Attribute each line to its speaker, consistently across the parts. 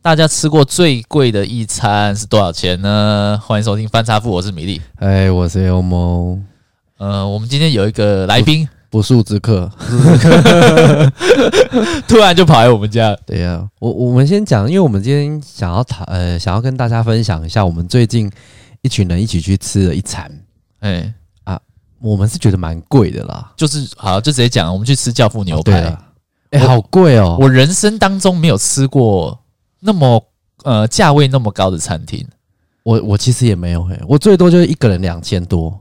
Speaker 1: 大家吃过最贵的一餐是多少钱呢？欢迎收听翻查富，我是米粒。
Speaker 2: 哎，我是 L 猫，
Speaker 1: 呃，我们今天有一个来 宾，
Speaker 2: 不速之客。
Speaker 1: 突然就跑来我们家，
Speaker 2: 对呀、我我们先讲，因为我们今天想要谈，呃，想要跟大家分享一下，我们最近一群人一起去吃了一餐，
Speaker 1: 哎、
Speaker 2: 我们是觉得蛮贵的啦。
Speaker 1: 就是好，就直接讲，我们去吃教父牛
Speaker 2: 对
Speaker 1: 排。
Speaker 2: 了，哎、
Speaker 1: 我
Speaker 2: 好贵哦、
Speaker 1: 我人生当中没有吃过那么呃价位那么高的餐厅，
Speaker 2: 我我其实也没有、嘿，我最多就是一个人两千多，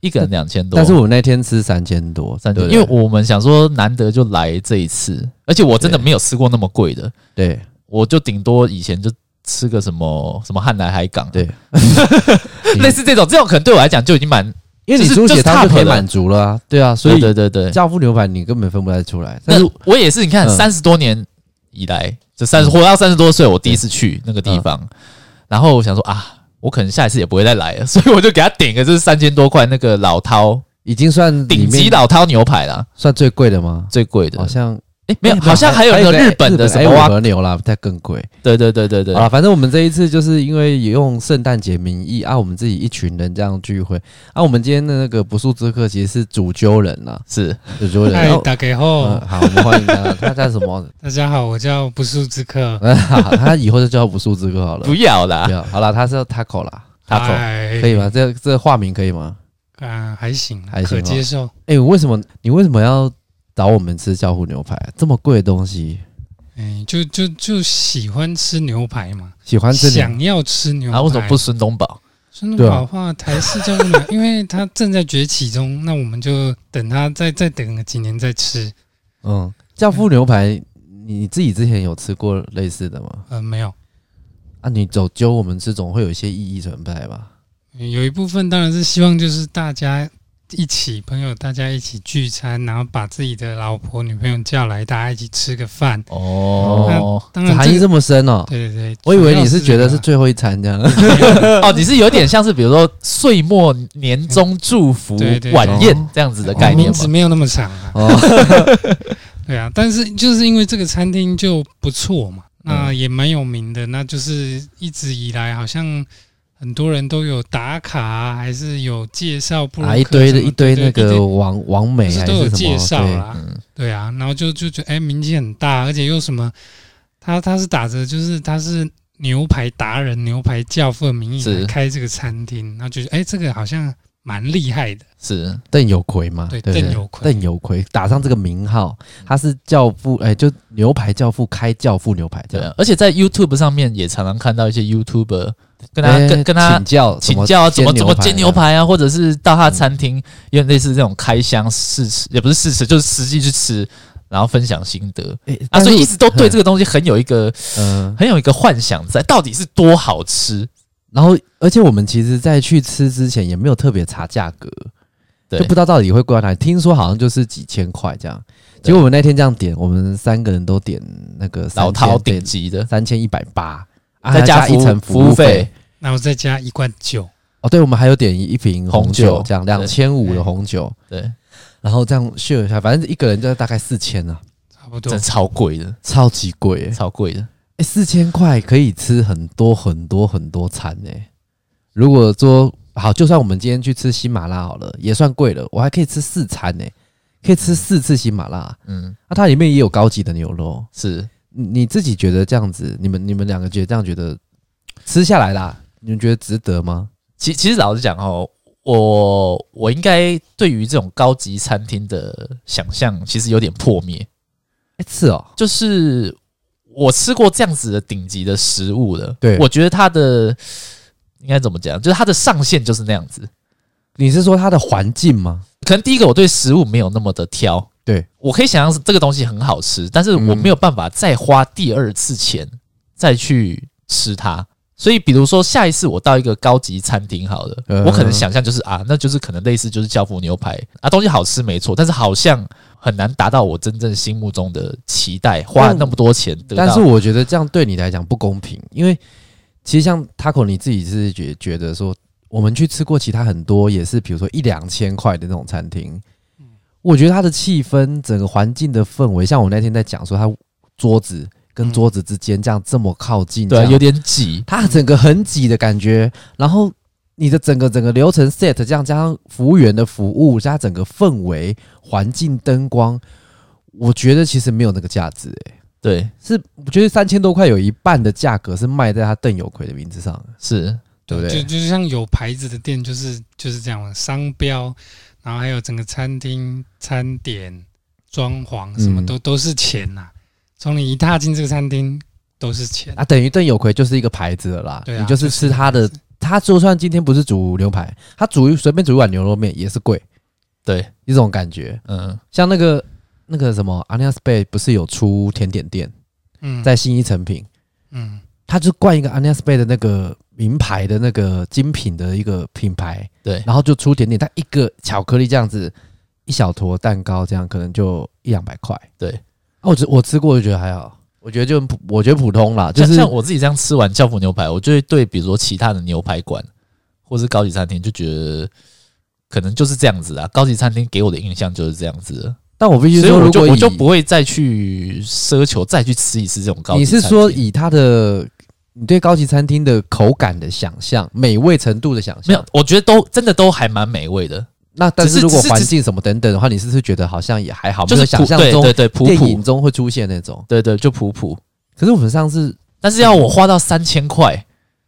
Speaker 1: 一个人两千多，
Speaker 2: 但是我那天吃三千多，
Speaker 1: 三千，
Speaker 2: 对
Speaker 1: 因为我们想说难得就来这一次，而且我真的没有吃过那么贵的，
Speaker 2: 对
Speaker 1: 我就顶多以前就吃个什么什么汉来海港，
Speaker 2: 对，
Speaker 1: 类似这种，这种可能对我来讲就已经蛮
Speaker 2: 因为你
Speaker 1: 就是
Speaker 2: 猪血汤
Speaker 1: 就是
Speaker 2: 就可
Speaker 1: top
Speaker 2: 以
Speaker 1: 的
Speaker 2: 满足了啊，对啊，所以
Speaker 1: 对对对对。
Speaker 2: 教父牛排你根本分不太出来，但
Speaker 1: 那
Speaker 2: 是
Speaker 1: 我也是，你看
Speaker 2: 嗯
Speaker 1: 三十多年以来，这三十活到三十多岁，我第一次去那个地方，然后我想说啊，我可能下一次也不会再来了， 所以我就给他点个就是三千多块那个老饕
Speaker 2: 已经算里
Speaker 1: 顶级
Speaker 2: 面
Speaker 1: 老饕牛排啦，
Speaker 2: 算最贵的吗？
Speaker 1: 最贵的
Speaker 2: 好。像
Speaker 1: 哎，没有，好像还有那个日本的什么
Speaker 2: 蛙
Speaker 1: 哇？
Speaker 2: 和牛啦，再更贵。
Speaker 1: 对对对对对
Speaker 2: 好，了，反正我们这一次就是因为也用圣诞节名义啊，我们自己一群人这样聚会啊。我们今天的那个不速之客其实是主揪人啦，
Speaker 1: 是
Speaker 2: 主揪人。
Speaker 3: 嗨
Speaker 2: 然，后
Speaker 3: 大家
Speaker 2: 嗯
Speaker 3: 好，
Speaker 2: 好，我们欢迎他，他叫什么？嗯
Speaker 3: 大家好，我叫不速之客。
Speaker 2: 他以后就叫不速之客好了
Speaker 1: 不。要
Speaker 2: 不
Speaker 1: 啦
Speaker 2: 要，好了，他是叫 Taco 啦，
Speaker 1: ，taco。
Speaker 3: 嗨
Speaker 2: 可以吗？这这化名可以吗？
Speaker 3: 啊，还行啦
Speaker 2: 还，行
Speaker 3: 可
Speaker 2: 哦
Speaker 3: 接受。
Speaker 2: 哎，为什么你为什么要找我们吃教父牛排啊？这么贵的东西，
Speaker 3: 哎，就就就喜欢吃牛排嘛，
Speaker 2: 喜欢吃牛
Speaker 3: 想要吃牛排。
Speaker 1: 啊，为什么不孙东宝？
Speaker 3: 孙
Speaker 2: 对
Speaker 3: 东
Speaker 2: 啊
Speaker 3: 宝的话，台式教父 牛，因为它正在崛起中，那我们就等它再再等个几年再吃。
Speaker 2: 嗯，教父牛排，你你自己之前有吃过类似的吗？
Speaker 3: 呃，没有，
Speaker 2: 啊，你走揪我们吃，总会有一些意义存在吧？
Speaker 3: 有一部分当然是希望就是大家。一起朋友，大家一起聚餐，然后把自己的老婆、女朋友叫来，大家一起吃个饭。
Speaker 1: 哦
Speaker 3: 当
Speaker 2: 这
Speaker 3: 然、
Speaker 2: 含
Speaker 3: 嗯这
Speaker 2: 义
Speaker 3: 个，
Speaker 2: 这么深哦、
Speaker 3: 对对对，
Speaker 2: 我以为你是觉得
Speaker 3: 主
Speaker 2: 是
Speaker 3: 要
Speaker 2: 最后一餐这样。
Speaker 1: 哦，你是有点像是比如说岁末年终祝福
Speaker 3: 对对对
Speaker 1: 晚宴这样子的概念
Speaker 3: 哦名
Speaker 1: 吗
Speaker 3: 字？没有那么长啊。
Speaker 2: 哦，
Speaker 3: 对啊，但是就是因为这个餐厅就不错嘛，
Speaker 2: 嗯
Speaker 3: 那也蛮有名的，那就是一直以来好像很多人都有打卡、啊，还是有介绍布鲁克
Speaker 2: 啊，一堆的
Speaker 3: 什么
Speaker 2: 一堆
Speaker 3: 对
Speaker 2: 那
Speaker 3: 对
Speaker 2: 个王王美
Speaker 3: 就是
Speaker 2: 还
Speaker 3: 都有
Speaker 2: 是
Speaker 3: 介
Speaker 2: 什
Speaker 3: 绍
Speaker 2: 么？
Speaker 3: 啦，
Speaker 1: 嗯，
Speaker 3: 对啊，然后就就觉得哎、名气很大，而且又什么，他他是打着就是他是牛排达人、牛排教父的名义
Speaker 1: 是
Speaker 3: 来开这个餐厅，然后就觉得哎、这个好像蛮厉害的，
Speaker 1: 是
Speaker 2: 对，邓有奎嘛，
Speaker 3: 对
Speaker 2: 不对
Speaker 3: 邓有奎
Speaker 2: 邓有奎打上这个名号，他是教父，哎，就牛排教父开教父牛排这
Speaker 1: 对
Speaker 2: 样
Speaker 1: 啊，，而且在 YouTube 上面也常常看到一些 YouTuber 跟他
Speaker 2: 哎
Speaker 1: 跟跟他
Speaker 2: 请教怎
Speaker 1: 请
Speaker 2: 么
Speaker 1: 教啊怎么怎么
Speaker 2: 煎
Speaker 1: 煎牛排啊，或者是到他的餐厅，
Speaker 2: 嗯
Speaker 1: 有点类似这种开箱试吃，也不是试吃，就是实际去吃，然后分享心得
Speaker 2: 哎
Speaker 1: 啊，
Speaker 2: 但是
Speaker 1: 所以一直都对这个东西很有一个
Speaker 2: 嗯，
Speaker 1: 很有一个幻想在，到底是多好吃？
Speaker 2: 然后而且我们其实，在去吃之前也没有特别查价格，
Speaker 1: 对
Speaker 2: 就不知道到底会贵到哪里。听说好像就是几千块这样。
Speaker 1: 对
Speaker 2: 结果我们那天这样点，我们三个人都点那个
Speaker 1: 老饕顶
Speaker 2: 点
Speaker 1: 级的，
Speaker 2: 三千一百八，啊
Speaker 1: 再
Speaker 2: 还
Speaker 1: 加
Speaker 2: 一
Speaker 1: 服
Speaker 2: 层
Speaker 1: 服
Speaker 2: 务
Speaker 1: 务费。，
Speaker 3: 然后再加一罐酒，
Speaker 2: 哦，对，我们还有点一瓶
Speaker 1: 红
Speaker 2: 红酒
Speaker 1: 酒，
Speaker 2: 这样
Speaker 1: 对
Speaker 2: 两千五的红酒，
Speaker 1: 对，
Speaker 2: 然后这样 share 一下，反正一个人就大概四千啊，
Speaker 3: 差不
Speaker 1: 真
Speaker 3: 多
Speaker 1: 的。超贵的，
Speaker 2: 超级贵、欸，
Speaker 1: 超贵的。
Speaker 2: 哎，四千块可以吃很多很多很多餐哎、如果说好，就算我们今天去吃喜马拉好了，也算贵了，我还可以吃四餐呢、可以吃四次喜马拉。
Speaker 1: 嗯，
Speaker 2: 那、它里面也有高级的牛肉，
Speaker 1: 是
Speaker 2: 你你自己觉得这样子，你们你们两个觉得这样觉得吃下来啦，你们觉得值得吗？
Speaker 1: 其其实老实讲哦，我我应该对于这种高级餐厅的想象其实有点破灭，
Speaker 2: 哎、是哦，
Speaker 1: 就是我吃过这样子的顶级的食物了，
Speaker 2: 对
Speaker 1: 我觉得它的应该怎么讲，就是它的上限就是那样子。
Speaker 2: 你是说它的环境吗？
Speaker 1: 可能第一个我对食物没有那么的挑，
Speaker 2: 对
Speaker 1: 我可以想象是这个东西很好吃，但是我
Speaker 2: 嗯
Speaker 1: 没有办法再花第二次钱再去吃它。所以，比如说下一次我到一个高级餐厅好了，
Speaker 2: 嗯
Speaker 1: 我可能想象就是啊，那就是可能类似就是教父牛排啊，东西好吃没错，但是好像很难达到我真正心目中的期待，花了那么多钱得到。
Speaker 2: 哦但是我觉得这样对你来讲不公平，因为其实像 Taco 你自己是觉觉得说，我们去吃过其他很多也是，比如说一两千块的那种餐厅，
Speaker 1: 嗯
Speaker 2: 我觉得它的气氛、整个环境的氛围，像我那天在讲说，它桌子跟桌子之间这样这么靠近，
Speaker 1: 对啊，
Speaker 2: 这样
Speaker 1: 有点挤，
Speaker 2: 它整个很挤的感觉，然后你的整个整个流程 set 这样加上服务员的服务，加上整个氛围、环境、灯光，我觉得其实没有那个价值、欸。
Speaker 1: 对，
Speaker 2: 是我觉得三千多块有一半的价格是卖在他邓有奎的名字上的，
Speaker 1: 是，
Speaker 2: 对不对
Speaker 3: 就就像有牌子的店，就是就是这样嘛，商标，然后还有整个餐厅、餐点、装潢，什么
Speaker 2: 嗯
Speaker 3: 都、都是钱呐、从你一踏进这个餐厅，都是钱。
Speaker 2: 啊，等于邓有奎就是一个牌子了啦，
Speaker 3: 对啊，
Speaker 2: 你就是吃他的。他就算今天不是煮牛排，他煮一随便煮一碗牛肉面也是贵，
Speaker 1: 对，
Speaker 2: 一种感觉。
Speaker 1: 嗯，
Speaker 2: 像那个那个什么 Anya Space 不是有出甜点店
Speaker 3: 嗯，
Speaker 2: 在新一成品，
Speaker 3: 嗯
Speaker 2: 他就冠一个 Anya Space 的那个名牌的那个精品的一个品牌，
Speaker 1: 对，
Speaker 2: 然后就出甜点，它一个巧克力这样子，一小坨蛋糕这样，可能就一两百块。
Speaker 1: 对
Speaker 2: 啊，我吃我吃过，就觉得还好，我觉得就很普，我觉得普通啦，就
Speaker 1: 就是像像我自己这样吃完教父牛排，我就会对比如说其他的牛排馆或是高级餐厅，就觉得可能就是这样子啊。高级餐厅给我的印象就是这样子了，
Speaker 2: 但我必须
Speaker 1: 所以
Speaker 2: 说，
Speaker 1: 我
Speaker 2: 如
Speaker 1: 就
Speaker 2: 果
Speaker 1: 我
Speaker 2: 以
Speaker 1: 就不会再去奢求再去吃一次这种高级
Speaker 2: 你
Speaker 1: 餐厅。
Speaker 2: 是说以它的你对高级餐厅的口感的想象、美味程度的想
Speaker 1: 没有
Speaker 2: 象？？
Speaker 1: 我觉得都真的都还蛮美味的，
Speaker 2: 那但
Speaker 1: 只
Speaker 2: 是
Speaker 1: 是
Speaker 2: 如果
Speaker 1: 只是
Speaker 2: 环境什么等等的话，你是不是觉得好像也还好，
Speaker 1: 就
Speaker 2: 没有
Speaker 1: 是
Speaker 2: 想
Speaker 1: 普
Speaker 2: 象
Speaker 1: 对
Speaker 2: 中
Speaker 1: 对对普
Speaker 2: 电影
Speaker 1: 普，
Speaker 2: 中会出现那种？
Speaker 1: 对对就普普。
Speaker 2: 可是我们上次
Speaker 1: 但是要我花到三千块，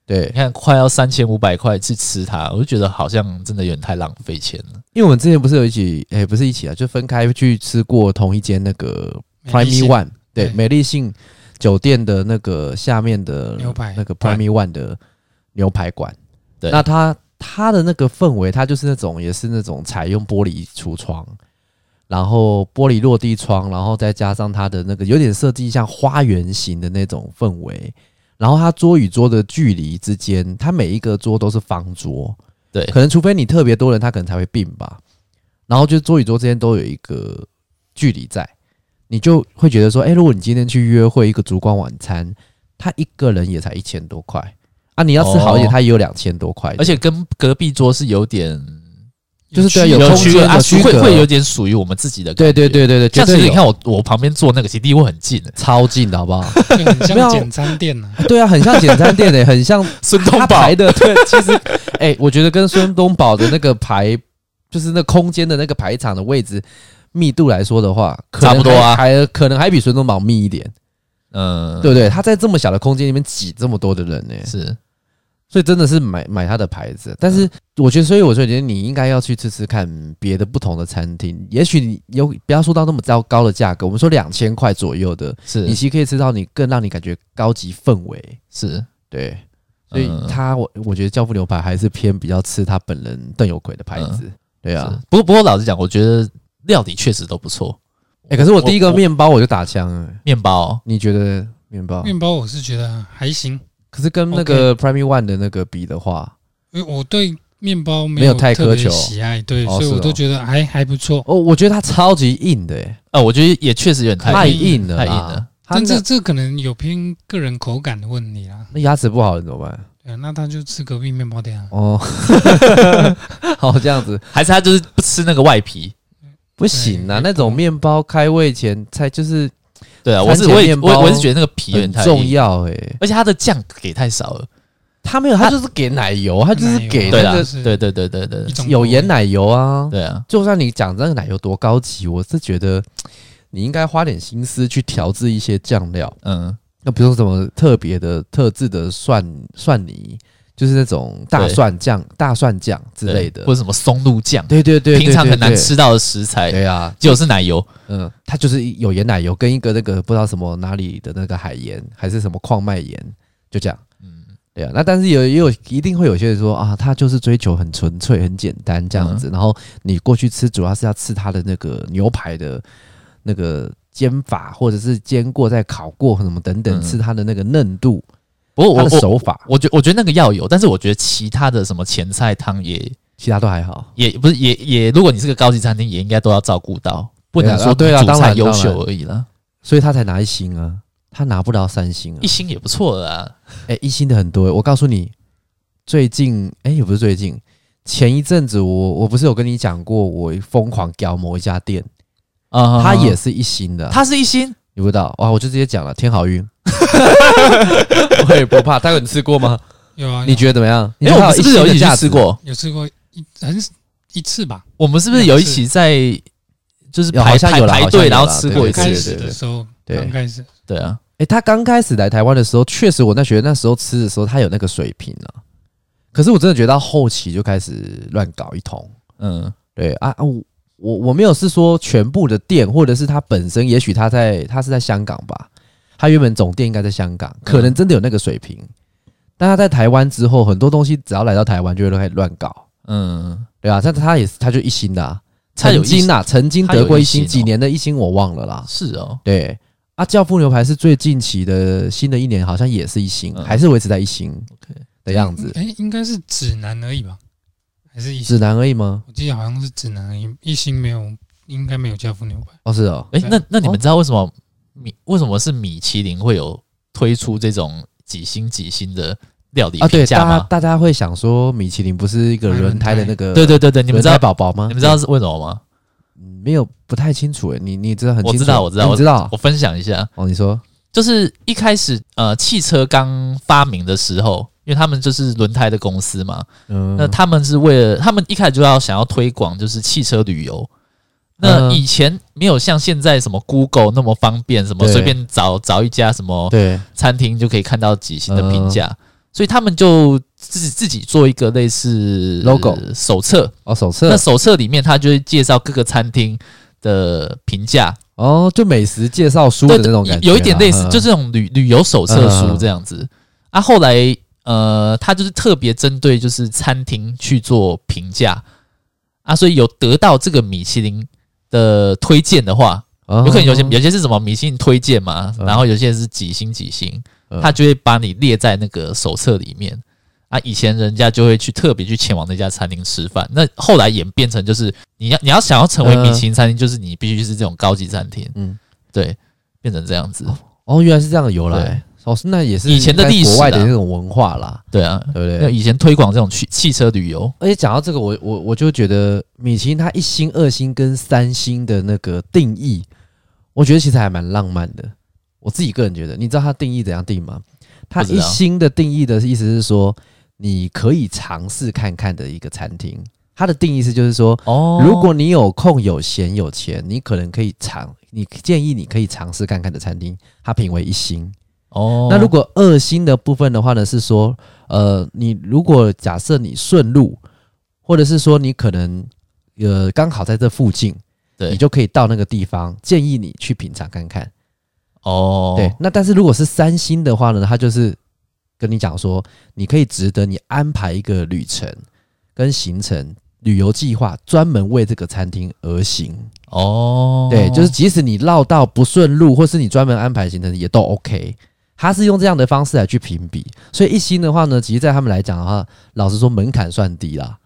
Speaker 2: 对
Speaker 1: 你，看快要三千五百块去吃它，我就觉得好像真的有点太浪费钱了。
Speaker 2: 因为我们之前不是有一起，诶、不是一起啊，就分开去吃过同一间那个
Speaker 3: 美丽
Speaker 2: Prime
Speaker 3: 信
Speaker 2: One，对，
Speaker 3: 对
Speaker 2: 美丽信酒店的那个下面的
Speaker 3: 牛排
Speaker 2: 那个 Prime One 的牛排馆。
Speaker 1: 对
Speaker 2: 那它它的那个氛围，它就是那种也是那种采用玻璃橱窗，然后玻璃落地窗，然后再加上它的那个有点设计像花园型的那种氛围。然后它桌与桌的距离之间，它每一个桌都是方桌，
Speaker 1: 对
Speaker 2: 可能除非你特别多人，他可能才会并吧。然后就是桌与桌之间都有一个距离在，你就会觉得说，哎、如果你今天去约会一个烛光晚餐，他一个人也才一千多块啊，你要吃好一点，
Speaker 1: 哦
Speaker 2: 他也有两千多块的，
Speaker 1: 而且跟隔壁桌是有点
Speaker 2: 就是对啊
Speaker 3: 有
Speaker 2: 有
Speaker 3: 趣
Speaker 2: 空
Speaker 1: 区
Speaker 2: 间
Speaker 1: 隔啊，
Speaker 2: 有区
Speaker 1: 会
Speaker 2: 隔
Speaker 1: 会有点属于我们自己的感
Speaker 2: 对
Speaker 1: 觉。
Speaker 2: 对对对对，
Speaker 1: 像其
Speaker 2: 绝对
Speaker 1: 实你
Speaker 2: 有
Speaker 1: 看我我旁边坐那个，其实离我很 近，
Speaker 2: 超近的好不好？
Speaker 3: 就很
Speaker 2: 没有
Speaker 3: 像简餐店呐、
Speaker 2: 对啊，很像简餐店诶、很 像
Speaker 1: 孙东
Speaker 2: 他
Speaker 1: 宝
Speaker 2: 排的，对，其实，哎、我觉得跟孙东宝的那个排，就是那空间的那个排场的位置密度来说的话，可能
Speaker 1: 差不多啊
Speaker 2: 还还可能还比孙东宝密一点，
Speaker 1: 嗯，
Speaker 2: 对不对？他在这么小的空间里面挤这么多的人呢、
Speaker 1: 是
Speaker 2: 所以真的是买买他的牌子。但是我觉得，所以我就觉得你应该要去吃吃看别的不同的餐厅，也许你有不要说到那么糟高的价格，我们说两千块左右的，你
Speaker 1: 是
Speaker 2: 其实可以吃到你更让你感觉高级氛围，
Speaker 1: 是，
Speaker 2: 对。所以
Speaker 1: 嗯
Speaker 2: 他我我觉得教父牛排还是偏比较吃他本人邓有奎的牌子，对啊
Speaker 1: 是。不过不过老实讲，我觉得料理确实都不错。
Speaker 2: 哎、可是我第一个面包我就打枪了，
Speaker 1: 面包
Speaker 2: 你觉得面包？
Speaker 3: 面包我是觉得还行，
Speaker 2: 嗯可是跟那个 Prime One 的那个比的话，
Speaker 3: 因为我对面包
Speaker 2: 没有太
Speaker 3: 特别
Speaker 2: 苛求
Speaker 3: 喜爱，对，
Speaker 2: 哦
Speaker 3: 所以
Speaker 2: 是
Speaker 3: 我
Speaker 2: 哦
Speaker 3: 都觉得还还不错。
Speaker 2: 哦，我觉得它超级硬的、欸，
Speaker 1: 啊，我觉得也确实有点
Speaker 2: 太
Speaker 1: 太硬，
Speaker 2: 硬了啦，
Speaker 1: 太硬了
Speaker 2: 它
Speaker 3: 但
Speaker 2: 那
Speaker 3: 这这可能有偏个人口感的问题啦。
Speaker 2: 那牙齿不好你怎么办？
Speaker 3: 对，啊那他就吃隔壁面包店啊。
Speaker 2: 哦， 好这样子
Speaker 1: 还是他就是不吃那个外皮。
Speaker 2: 不行啊，
Speaker 3: 对
Speaker 2: 那种面包开胃前菜就是
Speaker 1: 对啊，
Speaker 2: 番
Speaker 1: 我是
Speaker 2: 茄
Speaker 1: 我也
Speaker 2: 面
Speaker 1: 我也
Speaker 2: 包
Speaker 1: 我也是觉得那个皮有点
Speaker 2: 很
Speaker 1: 太
Speaker 2: 重
Speaker 1: 硬，
Speaker 2: 要哎、
Speaker 1: 而且它的酱给太少了。
Speaker 2: 他没有，
Speaker 1: 啊
Speaker 2: 他就是给奶油，他就是给
Speaker 1: 对
Speaker 2: 哎那
Speaker 1: 啦
Speaker 2: 个
Speaker 3: 就，是
Speaker 1: 对对对对对
Speaker 3: 一，种
Speaker 2: 有盐奶油啊，
Speaker 1: 对啊，
Speaker 2: 就算你讲那个奶油多高级，我是觉得你应该花点心思去调制一些酱料，
Speaker 1: 嗯，
Speaker 2: 那不用什么特别的、特制的蒜蒜泥，就是那种大
Speaker 1: 对
Speaker 2: 蒜酱、大蒜酱之
Speaker 1: 对
Speaker 2: 类的
Speaker 1: 或。者什么松露酱，
Speaker 2: 对对对，对
Speaker 1: 平常很难
Speaker 2: 对
Speaker 1: 吃到的食材，
Speaker 2: 对啊，
Speaker 1: 结果是奶油。
Speaker 2: 嗯，它就是有盐奶油跟一个那个不知道什么哪里的那个海盐还是什么矿脉盐，就这样。
Speaker 1: 嗯，
Speaker 2: 对啊，那但是有也有一定会有些人说啊，他就是追求很纯粹、很简单这样子，然后你过去吃主要是要吃他的那个牛排的那个煎法，或者是煎过再烤过什么等等，
Speaker 1: 嗯
Speaker 2: 吃它的那个嫩度、
Speaker 1: 不过
Speaker 2: 它
Speaker 1: 我
Speaker 2: 的
Speaker 1: 我
Speaker 2: 手法，
Speaker 1: 我觉我觉得那个要有，但是我觉得其他的什么前菜汤也
Speaker 2: 其他都还好。
Speaker 1: 也不是也也，如果你是个高级餐厅，也应该都要照顾到，不能说
Speaker 2: 对啊
Speaker 1: 主
Speaker 2: 当然啊
Speaker 1: 菜优秀而已啦。
Speaker 2: 所以他才拿一星啊，他拿不到三星啊
Speaker 1: 一。星也不错了啦，
Speaker 2: 哎、一星的很多、我告诉你，最近哎、也不是最近，前一阵子我我不是有跟你讲过，我疯狂屌某一家店，
Speaker 1: 啊
Speaker 2: 它也是一星的，
Speaker 1: 它是一星，
Speaker 2: 你不知道哇？我就直接讲了，天好 运，我也不怕。大哥，你吃过吗？
Speaker 3: 有啊，
Speaker 2: 你
Speaker 3: 有
Speaker 2: 觉得怎么样？
Speaker 1: 哎，我
Speaker 2: 还
Speaker 1: 们是不是有一
Speaker 2: 新
Speaker 1: 起
Speaker 2: 的价
Speaker 1: 去
Speaker 2: 值
Speaker 1: 吃？
Speaker 2: 啊
Speaker 1: 过？
Speaker 3: 有吃过一很一次吧，
Speaker 1: 我们是不是有一起在就是
Speaker 2: 有
Speaker 1: 排
Speaker 2: 好像
Speaker 1: 排
Speaker 2: 有啦
Speaker 1: 排
Speaker 2: 好像
Speaker 1: 队，
Speaker 2: 有
Speaker 1: 然后
Speaker 2: 啦
Speaker 1: 吃
Speaker 2: 对
Speaker 1: 过
Speaker 2: 对
Speaker 1: 一次
Speaker 2: 对
Speaker 3: 开
Speaker 2: 对？
Speaker 3: 始
Speaker 2: 对
Speaker 3: 的时候，
Speaker 2: 对
Speaker 3: 刚开始，
Speaker 1: 对啊，
Speaker 2: 诶，他刚开始来台湾的时候，确实我在学那时候吃的时候，他有那个水平啊。可是我真的觉得到后期就开始乱搞一通。
Speaker 1: 嗯，
Speaker 2: 对啊啊，我我我没有是说全部的店，或者是他本身，也许他在他是在香港吧，他原本总店应该在香港，可
Speaker 1: 嗯
Speaker 2: 能真的有那个水平。但他在台湾之后，很多东西只要来到台湾，就会开始乱搞，
Speaker 1: 嗯，
Speaker 2: 对啊，但他也是他就一星的、啊，
Speaker 1: 他有
Speaker 2: 曾
Speaker 1: 一星
Speaker 2: 经啊，曾经得过一
Speaker 1: 他
Speaker 2: 星，
Speaker 1: 有一星哦
Speaker 2: 几年的一星我忘了啦。
Speaker 1: 是哦，
Speaker 2: 对啊，教父牛排是最近期的新的一年，好像也是一星，
Speaker 1: 嗯
Speaker 2: 还是维持在一星
Speaker 1: OK
Speaker 2: 的样子，
Speaker 3: 哎、应该是指南而已吧，还是一星？
Speaker 2: 指南而已吗？
Speaker 3: 我记得好像是指南而已，一星没有，应该没有教父牛排。
Speaker 2: 哦，是哦，
Speaker 1: 哎、
Speaker 3: 对
Speaker 1: 那那你们知道为什么米为什么是米其林会有推出这种几星几星的料理
Speaker 2: 啊，对，
Speaker 1: 评价
Speaker 2: 大
Speaker 1: 吗
Speaker 2: 家、大家会想说，米其林不是一个轮胎的那个，
Speaker 1: 对对对对，你们知道
Speaker 2: 轮胎宝宝吗？
Speaker 1: 你们知道是为什么吗？
Speaker 2: 嗯没有不太清楚诶，欸你你知道很
Speaker 1: 我
Speaker 2: 清楚，哎
Speaker 1: 知道我知道
Speaker 2: 你知道
Speaker 1: 我分享一下，
Speaker 2: 哦，你说
Speaker 1: 就是一开始呃汽车刚发明的时候，因为他们就是轮胎的公司嘛，
Speaker 2: 嗯，
Speaker 1: 那他们是为了他们一开始就要想要推广就是汽车旅游。那
Speaker 2: 嗯
Speaker 1: 以前没有像现在什么 Google 那么方便，什么
Speaker 2: 对
Speaker 1: 随便找找一家什么
Speaker 2: 对嗯
Speaker 1: 餐厅就可以看到几星的评价，所以他们就自己自己做一个类似
Speaker 2: Logo
Speaker 1: 手册。
Speaker 2: 哦手册
Speaker 1: 那手册里面，它就会介绍各个餐厅的评价，
Speaker 2: 哦，就美食介绍书的那种感觉啦，
Speaker 1: 有一点类似，
Speaker 2: 嗯
Speaker 1: 就这种旅旅游手册书这样子。啊，后来呃，它就是特别针对就是餐厅去做评价啊，所以有得到这个米其林的推荐的话，有可能有些有些是什么迷信推荐嘛，
Speaker 2: 哦嗯
Speaker 1: 然后有些是几星几星
Speaker 2: 嗯，
Speaker 1: 他就会把你列在那个手册里面。啊，以前人家就会去特别去前往那家餐厅吃饭，那后来演变成就是你要你要想要成为米其林餐厅，就是你必须是这种高级餐厅，
Speaker 2: 嗯
Speaker 1: 对，变成这样子，
Speaker 2: 哦，原来是这样的由来。哦，那也是
Speaker 1: 以前的
Speaker 2: 应该
Speaker 1: 历史啊
Speaker 2: 国外的
Speaker 1: 啦
Speaker 2: 那种文化啦，
Speaker 1: 对啊，
Speaker 2: 对不
Speaker 1: 那
Speaker 2: 对？
Speaker 1: 以前推广这种汽汽车旅游，
Speaker 2: 而且讲到这个，我我我就觉得米其林它一星、二星跟三星的那个定义，我觉得其实还蛮浪漫的。我自己个人觉得，你知道它定义怎样定吗？它
Speaker 1: 不知
Speaker 2: 一
Speaker 1: 道
Speaker 2: 星的定义的意思是说，你可以尝试看看的一个餐厅。它的定义是就是说，
Speaker 1: 哦
Speaker 2: 如果你有空、有闲、有钱，你可能可以尝，你建议你可以尝试看看的餐厅，它评为一星。
Speaker 1: 哦，
Speaker 2: 那如果二星的部分的话呢，是说，呃，你如果假设你顺路，或者是说你可能呃刚好在这附近，
Speaker 1: 对
Speaker 2: 你就可以到那个地方，建议你去品尝看看。
Speaker 1: 哦，
Speaker 2: 对，那但是如果是三星的话呢，它就是跟你讲说，你可以值得你安排一个旅程跟行程。旅游计划专门为这个餐厅而行，
Speaker 1: 哦，
Speaker 2: 对，就是即使你绕道不顺路，或是你专门安排行程也都 OK。他是用这样的方式来去评比，所以一星的话呢，其实在他们来讲的话，老实说门槛算低啦。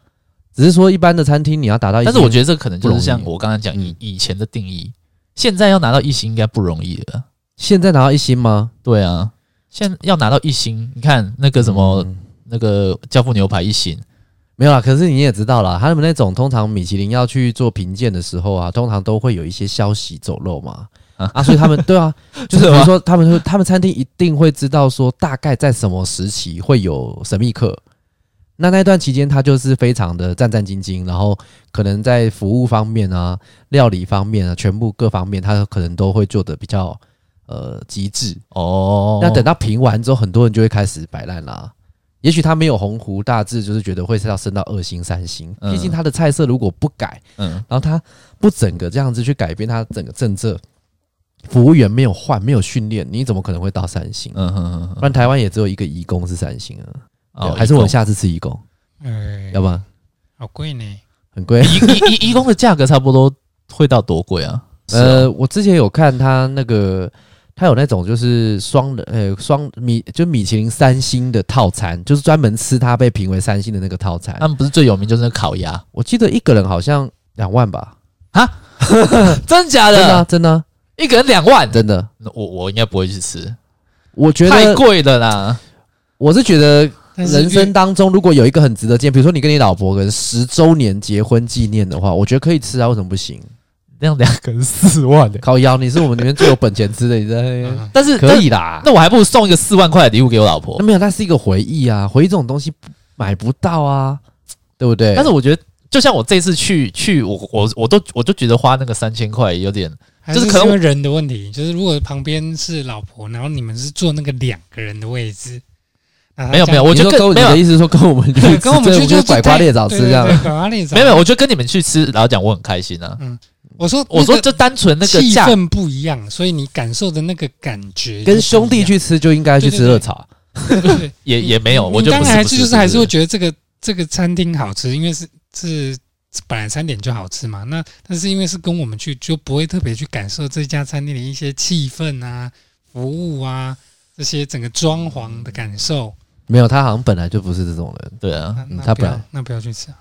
Speaker 2: 只是说一般的餐厅你要达到一星，
Speaker 1: 但是我觉得这可能就是像
Speaker 2: 哎不容易
Speaker 1: 我刚才讲以
Speaker 2: 嗯
Speaker 1: 以前的定义，现在要拿到一星应该不容易了。
Speaker 2: 现在拿到一星吗？
Speaker 1: 对啊，现在要拿到一星，你看那个什么、
Speaker 2: 嗯
Speaker 1: 那个教父牛排一星，
Speaker 2: 没有啦，可是你也知道啦，他们那种通常米其林要去做评鉴的时候啊，通常都会有一些消息走漏嘛。
Speaker 1: 啊
Speaker 2: 啊，所以他们 对啊，就是
Speaker 1: 是
Speaker 2: 比
Speaker 1: 吗
Speaker 2: 如说他们会，他们餐厅一定会知道说大概在什么时期会有神秘客。那那段期间，他就是非常的战战兢兢，然后可能在服务方面啊、料理方面啊，全部各方面，他可能都会做的比较呃极致。
Speaker 1: 哦，
Speaker 2: 那等到评完之后，很多人就会开始摆烂啦。也许他没有鸿鹄大志，就是觉得会是要升到二星、三星。
Speaker 1: 嗯
Speaker 2: 毕竟他的菜色如果不改，
Speaker 1: 嗯
Speaker 2: 然后他不整个这样子去改变他整个政策，服务员没有换、没有训练，你怎么可能会到三星？
Speaker 1: 嗯嗯
Speaker 2: 不然台湾也只有一个义工是三星啊。
Speaker 1: 嗯，
Speaker 2: 对还是我们
Speaker 1: 下
Speaker 2: 下次吃义工，
Speaker 3: 哎、
Speaker 2: 要不然
Speaker 3: 好贵呢，
Speaker 2: 很 贵。
Speaker 1: 一一一工的价格差不多会到多贵啊？呃，
Speaker 2: 呃，我之前有看他那个，他有那种就是双人呃双米就米其林三星的套餐，就是专门吃他被评为三星的那个套餐。
Speaker 1: 他们不是最有名就是那烤鸭
Speaker 2: 我记得一个人好像两万吧，
Speaker 1: 啊？真假
Speaker 2: 真的啊、
Speaker 1: 的？
Speaker 2: 真的啊、
Speaker 1: 一个人两万？
Speaker 2: 真的。
Speaker 1: 我我应该不会去吃，
Speaker 2: 我觉
Speaker 1: 太
Speaker 2: 得
Speaker 1: 贵了啦。
Speaker 2: 我是觉得
Speaker 3: 但是
Speaker 2: 人生
Speaker 3: 越
Speaker 2: 当中如果有一个很值得见，比如说你跟你老婆可能十周年结婚纪念的话，我觉得可以吃啊，为什么不行？
Speaker 1: 那样两个人四万的，
Speaker 2: 靠腰，你是我们里面最有本钱吃的，你在那 边
Speaker 3: 嗯
Speaker 1: 但是
Speaker 2: 可以啦
Speaker 1: 但，那我还不如送一个四万块的礼物给我老婆
Speaker 2: 那。没有，那是一个回忆啊，回忆这种东西不买不到啊，对不对？
Speaker 1: 但是我觉得，就像我这次去去，我我我都我就觉得花那个三千块有点
Speaker 3: 还
Speaker 1: 就是是可能
Speaker 3: 因为人的问题，就是如果旁边是老婆，然后你们是坐那个两个人的位置，那他
Speaker 1: 没有
Speaker 3: 这
Speaker 1: 没
Speaker 3: 样
Speaker 1: 有，我
Speaker 2: 你
Speaker 1: 觉
Speaker 2: 说
Speaker 1: 得
Speaker 2: 跟
Speaker 1: 更
Speaker 2: 你
Speaker 1: 没
Speaker 2: 的
Speaker 1: 有啊
Speaker 2: 意思是说跟我们去
Speaker 3: 对
Speaker 2: 吃，
Speaker 3: 跟我们去
Speaker 2: 就
Speaker 3: 就
Speaker 2: 拐瓜裂枣吃这样
Speaker 3: 对，对对拐瓜裂枣
Speaker 1: 没有没有，我觉得跟你们去吃老实讲，我很开心啊。
Speaker 3: 我说
Speaker 1: 我
Speaker 3: 那
Speaker 1: 说
Speaker 3: 个
Speaker 1: 就单纯那个
Speaker 3: 气
Speaker 1: 价，
Speaker 3: 氛不一样，所以你感受的那个感觉
Speaker 2: 跟兄弟
Speaker 3: 就
Speaker 2: 去吃就应该去吃热炒，
Speaker 3: 不一样，对对对
Speaker 1: 也也没有，
Speaker 3: 你
Speaker 1: 我就
Speaker 3: 嗯你当
Speaker 1: 不
Speaker 3: 然
Speaker 1: 是
Speaker 3: 还
Speaker 1: 不
Speaker 3: 是
Speaker 1: 是
Speaker 3: 就是还是
Speaker 1: 不
Speaker 3: 会觉得这个这个餐厅好吃，因为是是本来餐点就好吃嘛。那但是因为是跟我们去，就不会特别去感受这家餐厅的一些气氛啊、服务啊这些整个装潢的感受。
Speaker 2: 没有，他好像本来就不是这种人。
Speaker 1: 对啊。
Speaker 3: 那
Speaker 2: 嗯
Speaker 3: 那
Speaker 2: 他
Speaker 3: 不要
Speaker 2: 本来
Speaker 3: 那不要去吃啊。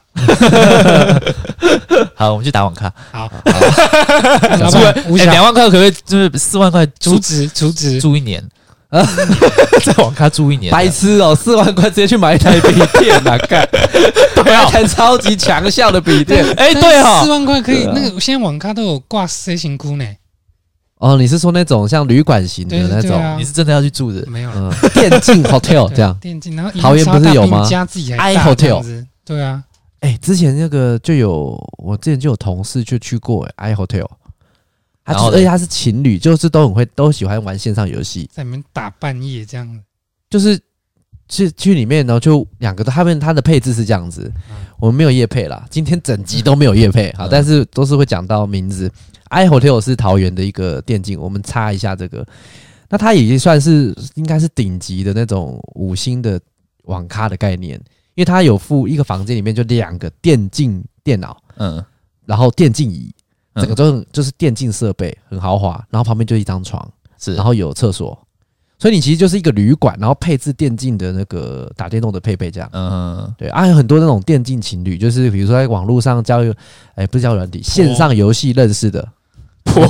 Speaker 1: 好，我们去打网咖。
Speaker 3: 好，
Speaker 1: 想
Speaker 3: 老
Speaker 1: 说
Speaker 3: 板吴
Speaker 1: 哎，
Speaker 3: 翔
Speaker 1: 两万块可不可以？就是四万块
Speaker 3: 阻
Speaker 1: 租
Speaker 3: 止阻止，
Speaker 1: 租一年，在网咖住一年，
Speaker 2: 白痴哦，四万块直接去买一台笔电啊！ 干，
Speaker 1: 对
Speaker 2: 一
Speaker 1: 啊。
Speaker 2: 台超级强效的笔电。
Speaker 1: 哎，对
Speaker 3: 四
Speaker 1: 哦，
Speaker 3: 万块可以
Speaker 2: 对啊
Speaker 3: 那个，现在网咖都有挂 C 型菇呢，
Speaker 2: 哦，你是说那种像旅馆型的
Speaker 3: 对
Speaker 2: 那
Speaker 3: 对
Speaker 2: 种，
Speaker 3: 啊
Speaker 1: 你，是真的要去住的？
Speaker 3: 没有了。
Speaker 2: 嗯，电竞 hotel 哦这样。
Speaker 3: 电竞，然后
Speaker 2: 桃园不是有吗
Speaker 3: 加自己还
Speaker 2: i
Speaker 3: 大
Speaker 2: hotel
Speaker 3: 这样子，对啊，
Speaker 2: 哎、之前那个就有，我之前就有同事就去过、哎 i hotel，他
Speaker 1: 然
Speaker 2: 就是
Speaker 1: 后
Speaker 2: 而
Speaker 1: 嘞
Speaker 2: 且他是情侣，就是都很会，都喜欢玩线上游戏，
Speaker 3: 在里面打半夜这样子，
Speaker 2: 就是去去里面，然后就两个都，他们他的配置是这样子，
Speaker 3: 嗯
Speaker 2: 我们没有夜配啦，今天整集都没有夜配，好，
Speaker 1: 嗯
Speaker 2: 但是都是会讲到名字。i hotel 是桃园的一个电竞，我们插一下这个，那它已经算是应该是顶级的那种五星的网咖的概念，因为它有附一个房间里面就两个电竞电脑。
Speaker 1: 嗯，
Speaker 2: 然后电竞椅，
Speaker 1: 嗯
Speaker 2: 整个都很就是电竞设备很豪华，然后旁边就一张床，
Speaker 1: 是，
Speaker 2: 然后有厕所，所以你其实就是一个旅馆，然后配置电竞的那个打电动的配备这样。
Speaker 1: 嗯，
Speaker 2: 对，啊，有很多那种电竞情侣，就是比如说在网络上交友，哎、不是交友软体，线上游戏认识的。
Speaker 1: 婆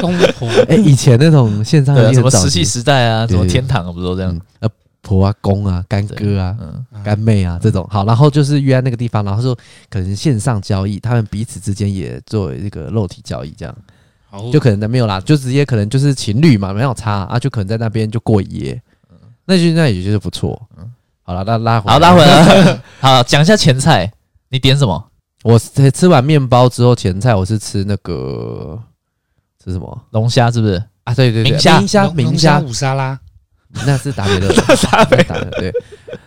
Speaker 3: 公婆
Speaker 2: 哎、以前那种线上
Speaker 1: 对啊，
Speaker 2: 游戏
Speaker 1: 什么
Speaker 2: 很早
Speaker 1: 石器，
Speaker 2: 期
Speaker 1: 时代啊，什么
Speaker 2: 对对
Speaker 1: 天堂啊，不都这样
Speaker 2: 嗯？，呃，婆啊、公啊、干哥啊、
Speaker 1: 嗯，
Speaker 2: 干妹啊这种。好，然后就是约在那个地方，然后说可能线上交易，他们彼此之间也作为这个肉体交易这样。
Speaker 3: 好
Speaker 2: 就可能没有啦，就直接可能就是情侣嘛，没有差啊，就可能在那边就过一夜，那就那也就是不错。好了，那拉回
Speaker 1: 嗯
Speaker 2: 来
Speaker 1: 好，拉回来， 好，讲一下前菜，你点什么？
Speaker 2: 我吃吃完面包之后，前菜我是吃那个吃什么
Speaker 1: 龙虾是不 是？
Speaker 2: 啊？对对对，
Speaker 1: 明虾
Speaker 2: 明虾，
Speaker 3: 龙龙
Speaker 2: 明
Speaker 3: 虾
Speaker 2: 虾，
Speaker 3: 五沙拉，
Speaker 2: 那是达 美乐，那是达美乐对。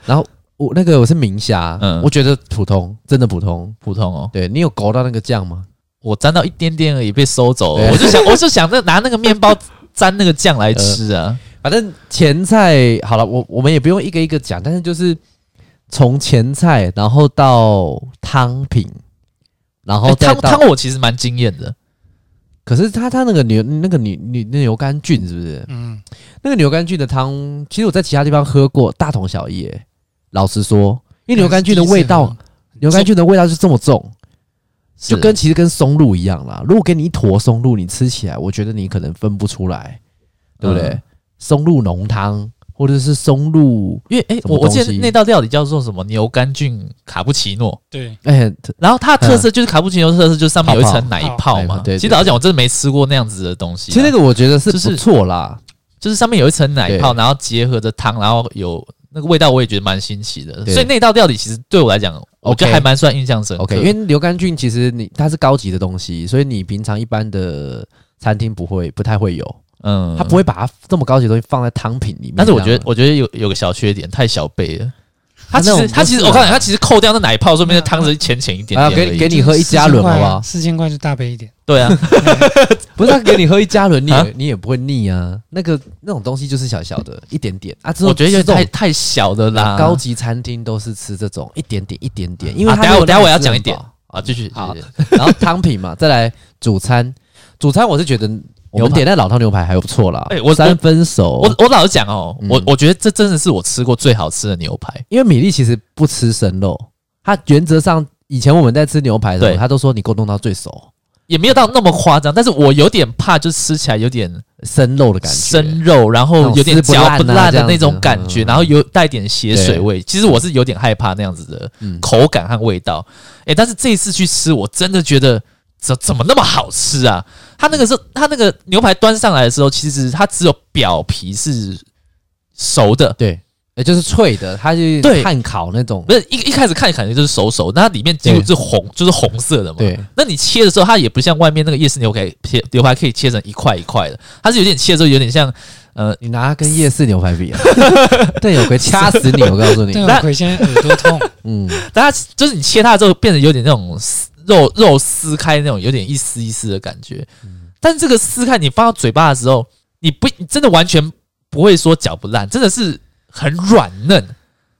Speaker 2: 然后我那个我是明虾，
Speaker 1: 嗯
Speaker 2: 我觉得普通，真的普通。
Speaker 1: 普通哦，
Speaker 2: 对你有勾到那个酱吗？
Speaker 1: 我沾到一点点而已，被收走
Speaker 2: 对
Speaker 1: 了。我就想，我就想那拿那个面包 沾那个酱来吃啊。
Speaker 2: 反正前菜好了，我我们也不用一个一个讲，但是就是从前菜，然后到汤品，呃然后
Speaker 1: 哎
Speaker 2: 再
Speaker 1: 汤
Speaker 2: 到，
Speaker 1: 汤我其实蛮惊艳的，
Speaker 2: 可是他他那个牛那个牛牛那牛肝菌是不是？
Speaker 3: 嗯，
Speaker 2: 那个牛肝菌的汤，其实我在其他地方喝过，大同小异、欸。老实说，因为牛肝菌的味
Speaker 3: 哎
Speaker 2: 道，牛肝菌的味道是这么重，
Speaker 1: 是
Speaker 2: 就跟其实跟松露一样啦。如果给你一坨松露，你吃起来，我觉得你可能分不出来，对不对？
Speaker 1: 嗯
Speaker 2: 松露浓汤或者是松露
Speaker 1: 因为哎，
Speaker 2: 什么
Speaker 1: 我我记
Speaker 2: 东
Speaker 1: 得
Speaker 2: 西
Speaker 1: 那道料理叫做什么牛肝菌卡布奇诺，
Speaker 3: 对，
Speaker 2: 哎、
Speaker 1: 然后它的特色就是卡布奇诺的特色就是上面有一层奶
Speaker 2: 泡
Speaker 1: 泡
Speaker 2: 泡
Speaker 1: 嘛。
Speaker 2: 对对对
Speaker 1: 其实老实讲，我真的没吃过那样子的东西啊。
Speaker 2: 其实那个我觉得是
Speaker 1: 就是
Speaker 2: 不错啦，
Speaker 1: 就是上面有一层奶泡，
Speaker 2: 对
Speaker 1: 然后结合着汤，然后有那个味道，我也觉得蛮新奇的。
Speaker 2: 对
Speaker 1: 所以那道料理其实对我来讲，我觉得还蛮算印象深刻。
Speaker 2: OK，因为牛肝菌其实你它是高级的东西，所以你平常一般的餐厅不会不太会有，
Speaker 1: 嗯，
Speaker 2: 它不会把它这么高级的东西放在汤品里面。
Speaker 1: 但是我觉
Speaker 2: 你
Speaker 1: 得
Speaker 2: 知道吗，
Speaker 1: 我觉得有有个小缺点，太小杯了。它其
Speaker 2: 那种
Speaker 1: 实
Speaker 2: 不
Speaker 1: 它其实
Speaker 2: 是
Speaker 1: 我
Speaker 2: 啊啊
Speaker 1: 告诉你，它其实扣掉那奶泡，说明那汤汁浅浅一点点
Speaker 2: 啊，
Speaker 1: 而已。
Speaker 2: 给给你喝一加仑好不好？
Speaker 3: 四千块就大杯一点，
Speaker 1: 对啊，
Speaker 2: 不是他给你喝一加仑，你
Speaker 1: 啊
Speaker 2: 也你也不会腻啊。那个那种东西就是小小的，一点点啊。这种
Speaker 1: 我觉得有
Speaker 2: 这种
Speaker 1: 点太太小的啦。
Speaker 2: 高级餐厅都是吃这种一点点一点点，因为
Speaker 1: 啊
Speaker 2: 它
Speaker 1: 等下
Speaker 2: 没有
Speaker 1: 我等下我
Speaker 2: 让你
Speaker 1: 要
Speaker 2: 吃
Speaker 1: 讲
Speaker 2: 很
Speaker 1: 一点
Speaker 2: 饱
Speaker 1: 啊，继续
Speaker 2: 好
Speaker 1: 继续
Speaker 2: 然后汤品嘛，再来主餐，主餐我是觉得我
Speaker 1: 牛
Speaker 2: 们
Speaker 1: 排
Speaker 2: 点那老汤牛排还不错啦。
Speaker 1: 哎我
Speaker 2: 三分熟，
Speaker 1: 我我老实讲哦，
Speaker 2: 嗯
Speaker 1: 我我觉得这真的是我吃过最好吃的牛排。
Speaker 2: 因为米粒其实不吃生肉，它原则上以前我们在吃牛排的时候，
Speaker 1: 对
Speaker 2: 他都说你给我弄到最熟
Speaker 1: 也没有到那么夸张，但是我有点怕，就吃起来有点
Speaker 2: 生肉的感觉。
Speaker 1: 生肉，然后有点嚼不烂的那种感
Speaker 2: 啊那种撕不烂啊这样
Speaker 1: 觉，
Speaker 2: 子
Speaker 1: 然后有带点血水味。其实我是有点害怕那样子的
Speaker 2: 嗯，
Speaker 1: 口感和味道。诶，但是这一次去吃，我真的觉得怎怎么那么好吃啊？它那个时候，它那个牛排端上来的时候，其实它只有表皮是熟的，
Speaker 2: 对，也就是脆的，它就是
Speaker 1: 对
Speaker 2: 炭烤那种
Speaker 1: 不，是一一开始看感觉就是熟熟，那它里面几乎
Speaker 2: 对
Speaker 1: 是红，就是红色的嘛。
Speaker 2: 对，
Speaker 1: 那你切的时候，它也不像外面那个夜市牛排切牛排可以切成一块一块的，它是有点切的时候有点像呃，
Speaker 2: 你拿它跟夜市牛排比啊，对，有个掐死你，我告诉你哎
Speaker 3: 对，，啊
Speaker 1: 那
Speaker 3: 我现在耳朵痛，
Speaker 2: 嗯，
Speaker 1: 但它就是你切它之后变得有点那种撕肉肉撕开那种有点一丝一丝的感觉。
Speaker 2: 嗯
Speaker 1: 但这个撕开你放到嘴巴的时候，你不你真的完全不会说嚼不烂，真的是很软嫩，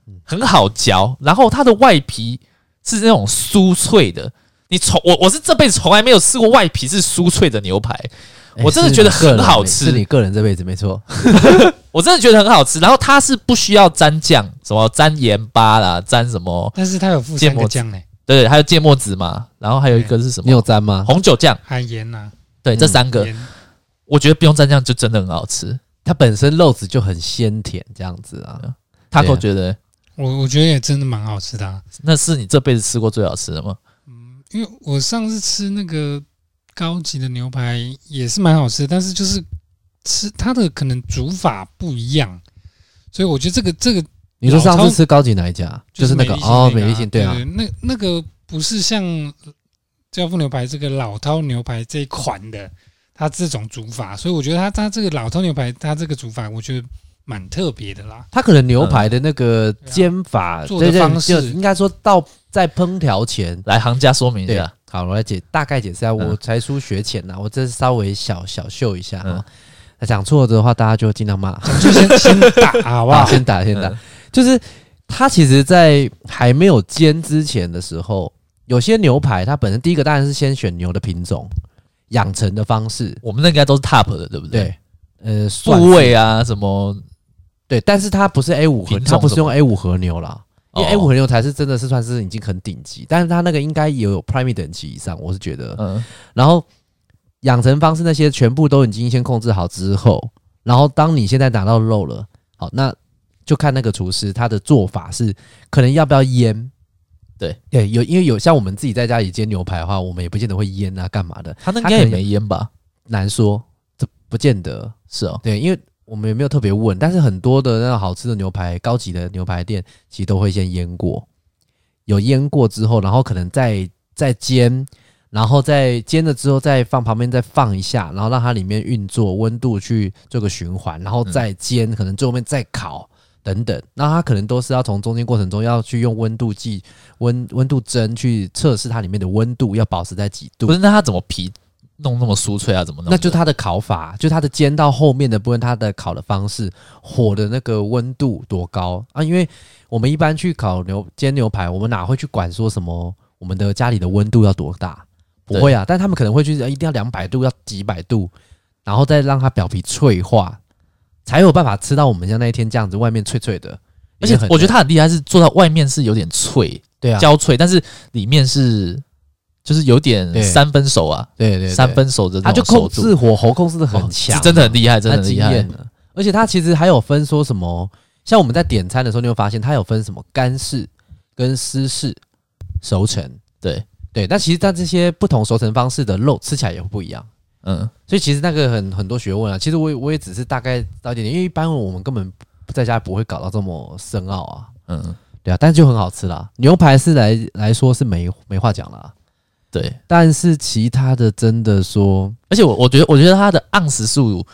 Speaker 2: 嗯
Speaker 1: 很好嚼。然后它的外皮是那种酥脆的，你从我我是这辈子从来没有吃过外皮是酥脆的牛排，我真的觉得很好吃
Speaker 2: 是你个人这辈子没错，
Speaker 1: 我真的觉得很好吃。然后它是不需要沾酱，什么沾盐巴啦，沾什么，
Speaker 3: 但是它有附
Speaker 1: 芥
Speaker 3: 三
Speaker 1: 末
Speaker 3: 个酱呢，欸
Speaker 1: 对，还有芥末籽嘛，然后还有一个是什
Speaker 2: 你
Speaker 1: 么
Speaker 2: 有沾吗？
Speaker 1: 红酒酱，
Speaker 3: 含盐呐，
Speaker 1: 对，
Speaker 2: 嗯
Speaker 1: 这三个
Speaker 3: 盐
Speaker 1: 我觉得不用蘸酱就真的很好吃。
Speaker 2: 它本身肉质就很鲜甜，这样子啊，
Speaker 1: 他
Speaker 2: 对
Speaker 1: 哥
Speaker 2: 啊
Speaker 1: 觉得
Speaker 3: 我我觉得也真的蛮好吃的啊，
Speaker 1: 那是你这辈子吃过最好吃的吗？
Speaker 3: 因为我上次吃那个高级的牛排也是蛮好吃的，但是就是吃它的可能煮法不一样，所以我觉得这个这个
Speaker 2: 你说上
Speaker 3: 老
Speaker 2: 次
Speaker 3: 超
Speaker 2: 吃高级哪一家？就是那
Speaker 3: 美
Speaker 2: 个
Speaker 3: 丽心
Speaker 2: 哦，
Speaker 3: 那
Speaker 2: 美
Speaker 3: 个
Speaker 2: 丽
Speaker 3: 啊
Speaker 2: 心，对
Speaker 3: 对
Speaker 2: 啊，，
Speaker 3: 那那个不是像教父牛排这个老饕牛排这一款的，它这种煮法，所以我觉得它它这个老饕牛排它这个煮法，我觉得蛮特别的 啦。
Speaker 2: 它可能牛排的那个煎法，
Speaker 3: 做的
Speaker 2: 对对
Speaker 3: 方式
Speaker 2: 就应该说到在烹调前。
Speaker 1: 来，行家说明一
Speaker 2: 对
Speaker 1: 下。，
Speaker 2: 好，我来解大概解释一下，我
Speaker 1: 啊嗯
Speaker 2: 才疏学浅啊呐，我这稍微小小秀一下
Speaker 1: 嗯
Speaker 2: 哈。那讲错的话，大家就尽量骂。
Speaker 3: 就先先打好不
Speaker 2: 哇，
Speaker 3: 好？
Speaker 2: 先 打先打
Speaker 1: 嗯，
Speaker 2: 就是它其实，在还没有煎之前的时候，有些牛排它本身第一个当然是先选牛的品种、养成的方式，
Speaker 1: 我们那应该都是 top 的，对不对？
Speaker 2: 对，呃，算
Speaker 1: 部
Speaker 2: 是
Speaker 1: 位啊，什么
Speaker 2: 对，但是它不是 A 五和，
Speaker 1: 品种
Speaker 2: 它不是
Speaker 1: 什
Speaker 2: 用
Speaker 1: 么
Speaker 2: A 五和牛啦，因为 A
Speaker 1: 哦
Speaker 2: 五和牛才是真的是算是已经很顶级，但是它那个应该也有 Prime 等级以上，我是觉得。
Speaker 1: 嗯
Speaker 2: 然后养成方式那些全部都已经先控制好之后，然后当你现在拿到肉了，好，那就看那个厨师他的做法是可能要不要腌。
Speaker 1: 对
Speaker 2: 对，有因为有像我们自己在家里煎牛排的话，我们也不见得会腌啊，干嘛的，
Speaker 1: 他那应
Speaker 2: 它
Speaker 1: 该
Speaker 2: 可
Speaker 1: 也
Speaker 2: 能
Speaker 1: 没腌吧？
Speaker 2: 难说，这不见得。
Speaker 1: 是哦，
Speaker 2: 对，因为我们也没有特别问，但是很多的那种好吃的牛排、高级的牛排店，其实都会先腌过，有腌过之后，然后可能再再煎，然后再煎了之后再放旁边再放一下，然后让它里面运作温度去做个循环，然后再煎，可能最后面再烤。等等，那它可能都是要从中间过程中要去用温度计、温温度针去测试它里面的温度，要保持在几度
Speaker 1: 不。是，那他怎么皮弄那么酥脆啊？怎么弄的？
Speaker 2: 那就它的烤法，就它的煎到后面的部分，它的烤的方式，火的那个温度多高啊？因为我们一般去烤牛煎牛排，我们哪会去管说什么我们的家里的温度要多大？不会啊，但他们可能会去呃一定要两百度，要几百度，然后再让它表皮脆化，才有办法吃到我们像那一天这样子，外面脆脆的。
Speaker 1: 而且
Speaker 2: 里面很
Speaker 1: 我觉得他很厉害，是做到外面是有点脆、
Speaker 2: 对啊，
Speaker 1: 焦脆，但是里面是就是有点
Speaker 2: 对
Speaker 1: 三分熟啊，
Speaker 2: 对对对，
Speaker 1: 三分熟的
Speaker 2: 它
Speaker 1: 那
Speaker 2: 就
Speaker 1: 种
Speaker 2: 控
Speaker 1: 熟度，
Speaker 2: 制火候控制的
Speaker 1: 哦
Speaker 2: 很强、啊
Speaker 1: 是真的很厉害，真的
Speaker 2: 他
Speaker 1: 很
Speaker 2: 惊
Speaker 1: 厉害
Speaker 2: 艳。了。而且它其实还有分说什么，像我们在点餐的时候，你会发现它有分什么干式跟湿式熟成。
Speaker 1: 对
Speaker 2: 对，那其实它这些不同熟成方式的肉吃起来也会不一样，
Speaker 1: 嗯，
Speaker 2: 所以其实那个很很多学问啊。其实我也我也只是大概知道一点点，因为一般我们根本在家不会搞到这么深奥啊。
Speaker 1: 嗯，
Speaker 2: 对啊，但是就很好吃啦。牛排是来来说是没没话讲啦，
Speaker 1: 对。
Speaker 2: 但是其他的真的说
Speaker 1: 而且我我觉得我觉得它的盎司数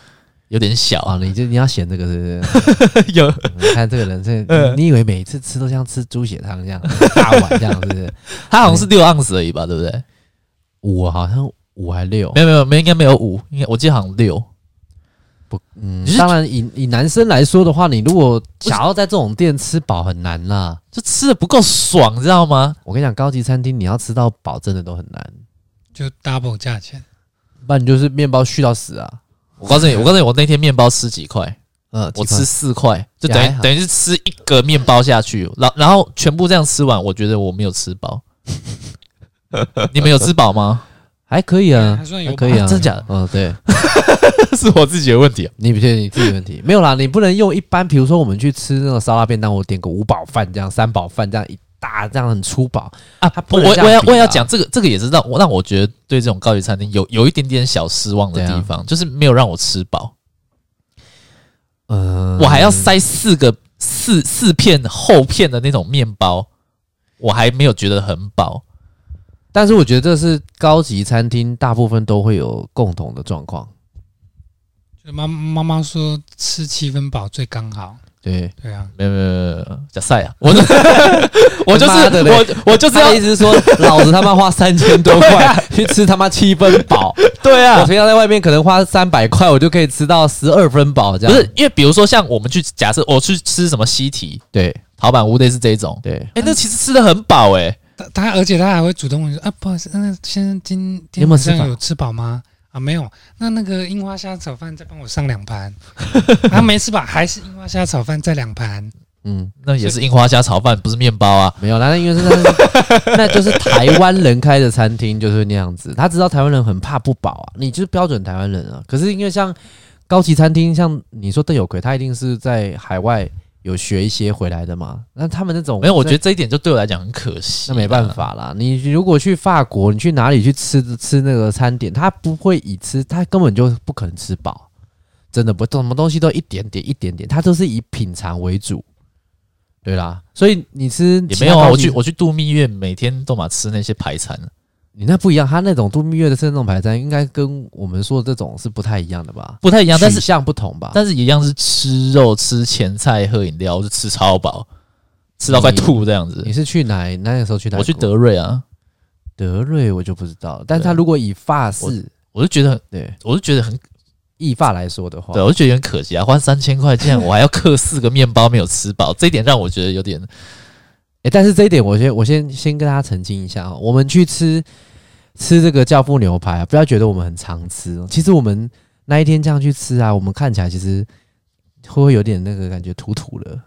Speaker 1: 有点小
Speaker 2: 啊，
Speaker 1: 啊，
Speaker 2: 你就你要嫌这个是不是？
Speaker 1: 有
Speaker 2: 你看这个人是，
Speaker 1: 嗯
Speaker 2: 你以为每一次吃都像吃猪血汤这样 大碗这样，是不是？
Speaker 1: 它好像是六盎司而已吧，对不对？
Speaker 2: 五好像五还六
Speaker 1: 没，有没有没有，应该没有五，应该我记得好像六。
Speaker 2: 嗯
Speaker 1: 你是，
Speaker 2: 当然以以男生来说的话，你如果想要在这种店吃饱很难啦。
Speaker 1: 就吃的不够爽，你知道吗？
Speaker 2: 我跟你讲，高级餐厅你要吃到饱真的都很难，
Speaker 3: 就 double 价钱，
Speaker 2: 不然你就是面包续到死啊。
Speaker 1: 我告诉 你，我告诉你，我那天面包吃几块，
Speaker 2: 嗯，
Speaker 1: 我
Speaker 2: 几块
Speaker 1: 吃四块，就等
Speaker 2: 也还
Speaker 1: 于
Speaker 2: 好
Speaker 1: 等于是吃一个面包下去，然然后全部这样吃完，我觉得我没有吃 饱。你们有吃饱吗？
Speaker 2: 还可以啊
Speaker 1: 哎
Speaker 3: 还，算有
Speaker 2: 还
Speaker 3: 吧
Speaker 2: 可以啊，
Speaker 1: 真假的？
Speaker 2: 嗯，对，
Speaker 1: 是我自己的问题、啊。
Speaker 2: 你不确定你自己的问题没有啦，你不能用一般，比如说我们去吃那种烧腊便当，我点个五宝饭这样、三宝饭这样一大，这样很粗暴。
Speaker 1: 啊
Speaker 2: 它，不
Speaker 1: 我
Speaker 2: 能
Speaker 1: 我
Speaker 2: 这样
Speaker 1: 我要
Speaker 2: 比
Speaker 1: 我要
Speaker 2: 啊
Speaker 1: 讲这个，这个也是让我让我觉得对这种高级餐厅有有一点点小失望的
Speaker 2: 怎
Speaker 1: 地
Speaker 2: 样
Speaker 1: 方，就是没有让我吃饱，
Speaker 2: 嗯，
Speaker 1: 我还要塞四个四四片厚片的那种面包，我还没有觉得很饱。
Speaker 2: 但是我觉得这是高级餐厅大部分都会有共同的状况。
Speaker 3: 就妈妈妈说吃七分饱最刚好，
Speaker 2: 对，
Speaker 3: 对啊，
Speaker 1: 没有没有没有没有，假赛啊！我我就
Speaker 2: 妈的嘞
Speaker 1: 是我我就是
Speaker 2: 他
Speaker 1: 要
Speaker 2: 的意思是说，老子他妈花三千多
Speaker 1: 对
Speaker 2: 块
Speaker 1: 啊
Speaker 2: 去吃他妈七分饱，
Speaker 1: 对
Speaker 2: 我
Speaker 1: 啊，
Speaker 2: 平常在外面可能花三百块，我就可以吃到十二分饱这
Speaker 1: 不
Speaker 2: 样。
Speaker 1: 是因为比如说像我们去假设我去吃什么西提、
Speaker 2: 对
Speaker 1: 陶板屋类似这一种，
Speaker 2: 对，
Speaker 1: 哎、那其实吃的很饱哎、
Speaker 3: 他他而且他还会主动地说啊，不好意思，那先生今今
Speaker 2: 有
Speaker 3: 天
Speaker 2: 没有
Speaker 3: 晚
Speaker 2: 吃
Speaker 3: 上
Speaker 2: 饱
Speaker 3: 有吃饱吗？啊，没有。那那个樱花虾炒饭再帮我上两盘， 啊，没吃饱，还是樱花虾炒饭再两盘。
Speaker 2: 嗯，
Speaker 1: 那也是樱花虾炒饭，不是面包啊。
Speaker 2: 没有啦，那因为是 那就是台湾人开的餐厅就是那样子，他知道台湾人很怕不饱啊，你就是标准台湾人啊。可是因为像高级餐厅，像你说邓有奎，他一定是在海外有学一些回来的嘛，那他们那种
Speaker 1: 没有，我
Speaker 2: 真
Speaker 1: 觉得这一点就对我来讲很可惜。
Speaker 2: 那没办，法啦，你如果去法国，你去哪里去吃吃那个餐点，他不会以吃，他根本就不可能吃饱，真的不，什么东西都一点点一点点，他都是以品尝为主，对啦，所以你吃
Speaker 1: 也
Speaker 2: 其
Speaker 1: 没
Speaker 2: 他
Speaker 1: 有啊。
Speaker 2: 高
Speaker 1: 我
Speaker 2: 级
Speaker 1: 去我去度蜜月，每天都嘛吃那些排餐，
Speaker 2: 你那不一样，他那种度蜜月的是那种排餐，应该跟我们说的这种是不太一样的吧？
Speaker 1: 不太一样，但
Speaker 2: 取
Speaker 1: 是
Speaker 2: 向不同吧？
Speaker 1: 但是一样是吃肉、吃前菜、喝饮料，我就吃超饱，吃到快吐这样子
Speaker 2: 你。是去哪？那个时候去哪国？
Speaker 1: 我去德瑞啊，
Speaker 2: 德瑞，我就不知道了。但是
Speaker 1: 对啊
Speaker 2: 他如果以法式
Speaker 1: 我就觉得，
Speaker 2: 对
Speaker 1: 我就觉得很，
Speaker 2: 意法来说的话，
Speaker 1: 对我就觉得很可惜啊，花三千块，竟然我还要刻四个面包没有吃饱，这一点让我觉得有点
Speaker 2: 哎、但是这一点我先我先先跟大家澄清一下哦，我们去吃吃这个教父牛排啊，不要觉得我们很常吃哦，其实我们那一天这样去吃啊，我们看起来其实会不会有点那个感觉土土的，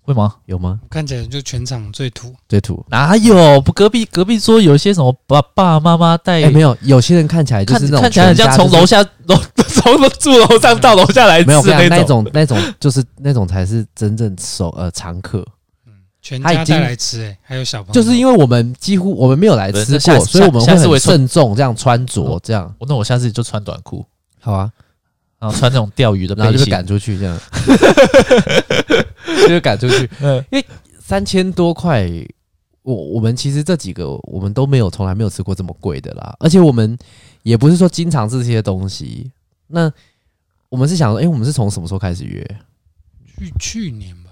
Speaker 1: 会吗？
Speaker 2: 有吗？
Speaker 3: 看起来就全场最土，
Speaker 2: 最土。
Speaker 1: 哪有？不，隔壁隔壁桌有一些什么爸爸妈妈带，
Speaker 2: 哎、没有，有些人看起来就
Speaker 1: 看
Speaker 2: 是那种
Speaker 1: 看起来很像
Speaker 2: 全家
Speaker 1: 从
Speaker 2: 就是
Speaker 1: 楼下楼 从住楼上到楼下来吃
Speaker 2: 没有，我跟你讲
Speaker 1: 那
Speaker 2: 那种那种就是那种才是真正熟呃常客，
Speaker 1: 哦
Speaker 3: 嗯全
Speaker 2: 他已
Speaker 3: 家
Speaker 2: 经
Speaker 3: 带来吃、欸，还有小朋友，
Speaker 2: 就是因为我们几乎我们没有来
Speaker 1: 不是
Speaker 2: 吃
Speaker 1: 那下
Speaker 2: 过，
Speaker 1: 次
Speaker 2: 所以我们
Speaker 1: 下
Speaker 2: 会
Speaker 1: 次我哦
Speaker 2: 很
Speaker 1: 也穿
Speaker 2: 慎重这样穿着这样，
Speaker 1: 那我下次就穿短裤，
Speaker 2: 好啊，
Speaker 1: 然后穿那种钓鱼的
Speaker 2: 然后
Speaker 1: 背
Speaker 2: 就被
Speaker 1: 心。
Speaker 2: 赶出去这样， 就被赶出去。
Speaker 1: 嗯
Speaker 2: 三千多块，我我们其实这几个我们都没有从来没有吃过这么贵的啦，而且我们也不是说经常吃这些东西。那我们是想说，哎、我们是从什么时候开始约？
Speaker 3: 去去年吧，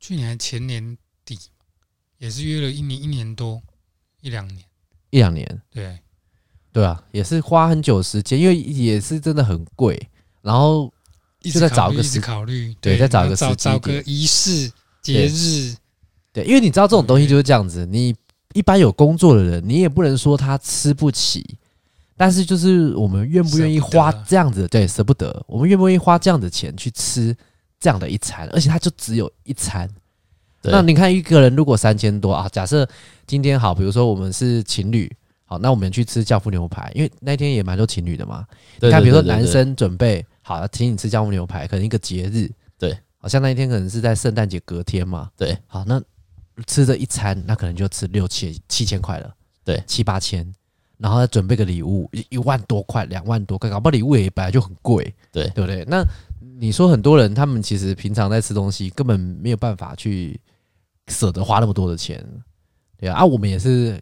Speaker 3: 去年还前年底，也是约了一年一年多一两年，
Speaker 2: 一两年，
Speaker 3: 对，
Speaker 2: 对啊，也是花很久时间，因为也是真的很贵。然后就
Speaker 3: 一直
Speaker 2: 在
Speaker 3: 考
Speaker 2: 找个
Speaker 3: 虑一
Speaker 2: 时
Speaker 3: 直考虑，
Speaker 2: 对再找
Speaker 3: 然
Speaker 2: 一
Speaker 3: 后
Speaker 2: 个时
Speaker 3: 找
Speaker 2: 机
Speaker 3: 找个
Speaker 2: 点
Speaker 3: 仪式
Speaker 2: 对
Speaker 3: 节日，
Speaker 2: 对，因为你知道这种东西就是这样子，
Speaker 3: 嗯
Speaker 2: 你一般有工作的人，你也不能说他吃不起，但是就是我们愿不愿意
Speaker 3: 舍不得啊
Speaker 2: 花这样子，对，舍不得，我们愿不愿意花这样的钱去吃这样的一餐，而且它就只有一餐。
Speaker 1: 对
Speaker 2: 那你看一个人如果三千多啊，假设今天好，比如说我们是情侣，好，那我们去吃教父牛排，因为那天也蛮多情侣的嘛，
Speaker 1: 对
Speaker 2: 你看，
Speaker 1: 对
Speaker 2: 比如说
Speaker 1: 对对
Speaker 2: 男
Speaker 1: 对
Speaker 2: 生准备好请你吃姜母牛排，可能一个节日，
Speaker 1: 对，
Speaker 2: 好像那一天可能是在圣诞节隔天嘛，
Speaker 1: 对，
Speaker 2: 好，那吃这一餐，那可能就吃六千七千块了，
Speaker 1: 对
Speaker 2: 七八千，然后再准备个礼物，一一万多块，两万多块，搞不好礼物也本来就很贵，
Speaker 1: 对
Speaker 2: 对不对？那你说很多人他们其实平常在吃东西，根本没有办法去舍得花那么多的钱，对啊，啊我们也是，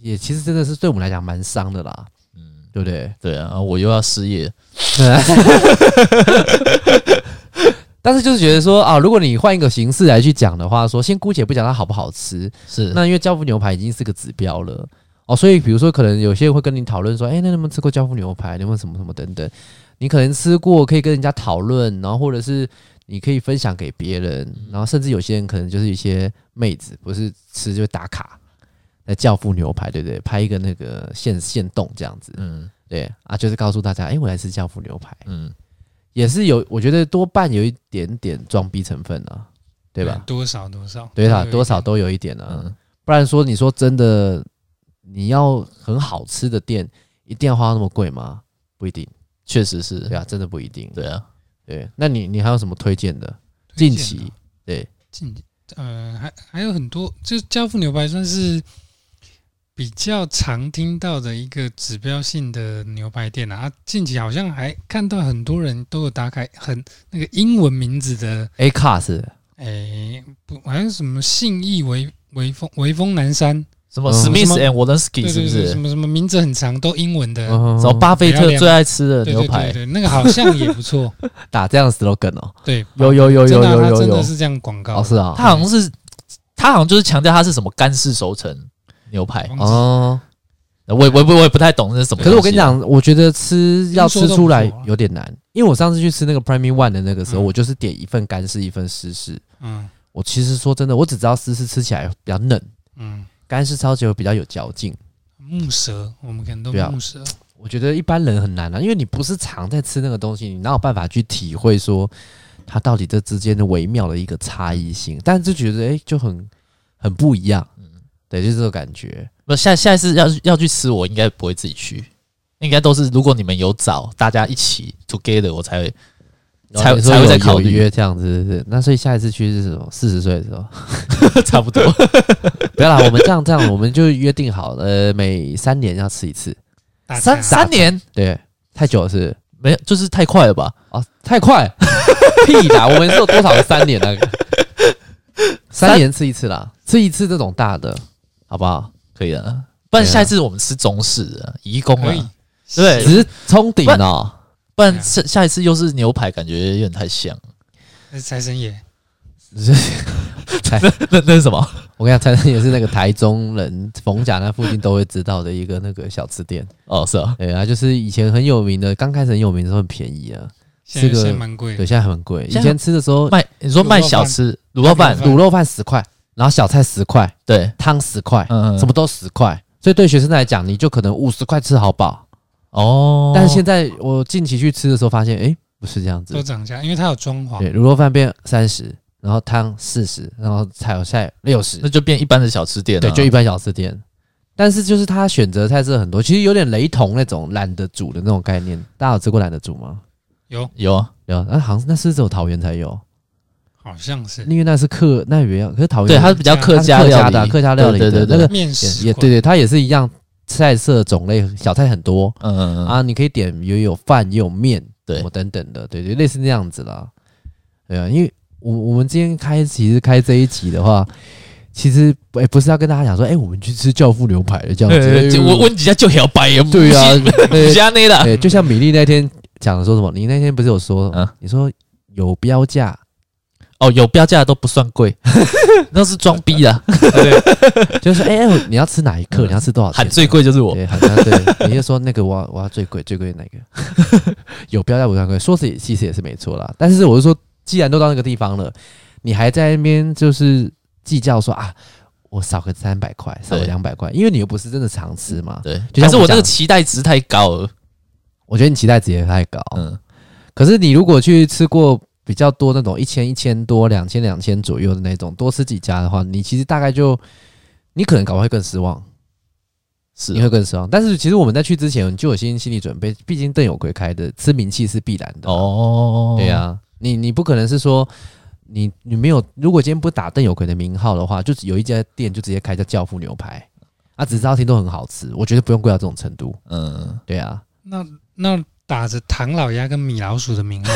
Speaker 2: 也其实真的是对我们来讲蛮伤的啦，嗯，对不对？
Speaker 1: 对啊，我又要失业，
Speaker 2: 但是就是觉得说啊，如果你换一个形式来去讲的话，说先姑且不讲它好不好吃，
Speaker 1: 是
Speaker 2: 那因为教父牛排已经是个指标了哦，所以比如说可能有些人会跟你讨论说，哎、那你有没有吃过教父牛排？你有没有什么什么等等？你可能吃过，可以跟人家讨论，然后或者是你可以分享给别人，然后甚至有些人可能就是一些妹子，不是吃就打卡，那教父牛排对不对？拍一个那个现现动这样子，
Speaker 1: 嗯
Speaker 2: 对啊，就是告诉大家，哎、我来吃教父牛排。
Speaker 1: 嗯，
Speaker 2: 也是有，我觉得多半有一点点装逼成分啊，对吧？
Speaker 3: 多少多少，
Speaker 2: 对啦，
Speaker 3: 都有一
Speaker 2: 多少
Speaker 3: 点
Speaker 2: 都有一点啊。
Speaker 1: 嗯
Speaker 2: 不然说，你说真的，你要很好吃的店，一定要花那么贵吗？不一定，
Speaker 1: 确实是，
Speaker 2: 对啊，真的不一定。
Speaker 1: 对啊，
Speaker 2: 对，那你你还有什么推荐的？
Speaker 3: 推
Speaker 2: 近
Speaker 3: 荐
Speaker 2: 期
Speaker 3: 哦
Speaker 2: 对
Speaker 3: 近呃，还还有很多，就是家父牛排算是比较常听到的一个指标性的牛排店啊。啊近期好像还看到很多人都有打开很那个英文名字的，
Speaker 2: A class
Speaker 3: 诶、不，好像什么信义微微风微风南山，
Speaker 1: 什么
Speaker 2: 嗯
Speaker 1: Smith
Speaker 3: 什么
Speaker 1: and Walensky
Speaker 3: 对
Speaker 1: 是
Speaker 3: 对
Speaker 1: 不
Speaker 3: 对，什
Speaker 1: 是？
Speaker 3: 么什么名字很长，都英文的，
Speaker 1: 什
Speaker 2: 嗯
Speaker 1: 么巴菲
Speaker 3: 不要
Speaker 1: 特
Speaker 3: 脸
Speaker 1: 最爱吃的
Speaker 3: 对
Speaker 1: 牛
Speaker 3: 对对
Speaker 1: 排？
Speaker 3: 对，那个好像也不错，
Speaker 2: 打这样的 slogan 哦，
Speaker 3: 对，
Speaker 1: 有有有
Speaker 3: 真
Speaker 1: 有
Speaker 3: 的啊
Speaker 1: 有
Speaker 3: 他
Speaker 1: 有
Speaker 3: 真的
Speaker 1: 有，
Speaker 3: 是这样广告
Speaker 2: 哦，是啊，
Speaker 1: 他好像是他好像就是强调他是什么干式熟成牛排，
Speaker 3: 忘记
Speaker 2: 哦。
Speaker 1: 我也我也不我也不太懂这是什么。啊
Speaker 2: 可是我跟你，讲，我觉得吃要吃出来
Speaker 3: 听说都不错啊
Speaker 2: 有点难，因为我上次去吃那个 Prime One 的那个时候，
Speaker 3: 嗯
Speaker 2: 我就是点一份干式，一份湿式。
Speaker 3: 嗯
Speaker 2: 我其实说真的，我只知道湿式吃起来比较嫩，
Speaker 3: 嗯，
Speaker 2: 干式超级有比较有嚼劲。
Speaker 3: 木蛇，我们可能都
Speaker 2: 对啊
Speaker 3: 木蛇，
Speaker 2: 我觉得一般人很难啊，因为你不是常在吃那个东西，你哪有办法去体会说它到底这之间的微妙的一个差异性？但就觉得哎、诶就很很不一样，
Speaker 1: 嗯
Speaker 2: 对，就是这种感觉。
Speaker 1: 不下下一次要要去吃，我应该不会自己去，应该都是如果你们有找大家一起 together，我才会才
Speaker 2: 然后你说
Speaker 1: 才会
Speaker 2: 有
Speaker 1: 再考虑
Speaker 2: 有约这样子，是不是？那所以下一次去是什么？四十岁的时 候，
Speaker 1: 差 不多。
Speaker 2: 不要啦，我们这样这样，我们就约定好，呃，每三年要吃一次。
Speaker 3: 大
Speaker 1: 三
Speaker 3: 家
Speaker 1: 三年
Speaker 2: 对，太久了是不是
Speaker 1: 没有，就是太快了吧？
Speaker 2: 哦，太快， 屁啦！我们是有多少个三年啊？ 三年吃一次啦，吃一次这种大的，好不好？
Speaker 1: 可以的，不然下一次我们吃中式的，移工
Speaker 3: 啊
Speaker 2: 啊
Speaker 3: 可以啊
Speaker 1: 了。，对
Speaker 2: 只是冲顶哦，
Speaker 1: 不然下下一次又是牛排，感觉有点太 像。
Speaker 3: 那是财神爷，
Speaker 1: 那那是什么？
Speaker 2: 我跟你讲，才也是那个台中人逢甲那附近都会知道的一个那个小吃店，
Speaker 1: 哦，是啊，
Speaker 2: 对啊，就是以前很有名的，刚开始很有名的时候很便宜啊，
Speaker 3: 现在
Speaker 2: 这个
Speaker 3: 现在蛮贵
Speaker 2: 对，
Speaker 3: 的，
Speaker 2: 现在很贵。以
Speaker 1: 现在
Speaker 2: 前吃的时候，
Speaker 1: 卖你说卖小吃卤肉饭
Speaker 3: 卤，
Speaker 2: 卤肉饭十块，然后小菜十块，
Speaker 1: 对，
Speaker 2: 汤十块，
Speaker 1: 嗯嗯，
Speaker 2: 什么都十块，所以对学生来讲，你就可能五十块吃好饱。
Speaker 1: 哦？
Speaker 2: 但现在我近期去吃的时候发现，诶，不是这样子
Speaker 1: 哦
Speaker 3: 都，涨价，因为它有装潢，
Speaker 2: 对，卤肉饭变三十，然后汤四十，然后炒菜六十
Speaker 1: 那，就变一般的小吃店了、
Speaker 2: 对，就一般小吃店。但是就是他选择菜色很多，其实有点雷同那种懒得煮的那种概念。大家有吃过懒得煮吗？
Speaker 3: 有
Speaker 1: 有啊，
Speaker 2: 有，那、好像那是只有桃园才有，
Speaker 3: 好像是
Speaker 2: 因为那是客那也要，可是桃园
Speaker 1: 对，它是比较客家
Speaker 2: 它是客
Speaker 1: 料
Speaker 2: 家
Speaker 1: 理
Speaker 2: 的啊客家料理
Speaker 1: 对对
Speaker 2: 的
Speaker 1: 对
Speaker 2: 那个
Speaker 3: 面
Speaker 2: 也
Speaker 3: 食
Speaker 2: 也对对，它也是一样，菜色种类小菜很多、
Speaker 1: 嗯嗯嗯，
Speaker 2: 啊，你可以点也有饭也有面，
Speaker 1: 对
Speaker 2: 什么等等的，对对，类似那样子啦。对啊，因为我我们今天开其实开这一集的话，其实哎、不是要跟大家讲说，哎、我们去吃教父牛排了这样子，哎
Speaker 1: 呃就我问几家就摇摆，
Speaker 2: 对 啊，
Speaker 1: 几
Speaker 2: 对
Speaker 1: 家内了，
Speaker 2: 对，就像米粒那天讲的说什么，你那天不是有说，
Speaker 1: 嗯
Speaker 2: 你说有标价，
Speaker 1: 哦，有标价的都不算贵，那是装逼的，
Speaker 2: 就是哎、哎你要吃哪一克，
Speaker 1: 嗯
Speaker 2: 你要吃多少钱？
Speaker 1: 喊最贵就是我，
Speaker 2: 对，喊最对，你就说那个我要我要最贵最贵的那个， 有标价不算贵，说是也其实也是没错啦。但是我是说，既然都到那个地方了，你还在那边就是计较说啊，我少个三百块，少个
Speaker 1: 对
Speaker 2: 两百块，因为你又不是真的常吃嘛。
Speaker 1: 对，
Speaker 2: 就
Speaker 1: 还
Speaker 2: 像
Speaker 1: 是
Speaker 2: 我
Speaker 1: 我那个
Speaker 2: 讲
Speaker 1: 期待值太高了，
Speaker 2: 我觉得你期待值也太高，
Speaker 1: 嗯，
Speaker 2: 可是你如果去吃过比较多那种一千一千多、两千两千左右的那种，多吃几家的话，你其实大概就你可能搞不好会更失望，
Speaker 1: 是啊
Speaker 2: 你会更失望。但是其实我们在去之前你就有心心理准备，毕竟邓有奎开的吃名气是必然的。，
Speaker 1: 哦，
Speaker 2: 对呀、，你你不可能是说。你你没有，如果今天不打邓有奎的名号的话，就只有一家店就直接开叫教父牛排，啊，只知道听都很好吃，我觉得不用贵到这种程度。
Speaker 1: 嗯，
Speaker 2: 对啊，
Speaker 3: 那那打着唐老鸭跟米老鼠的 名号，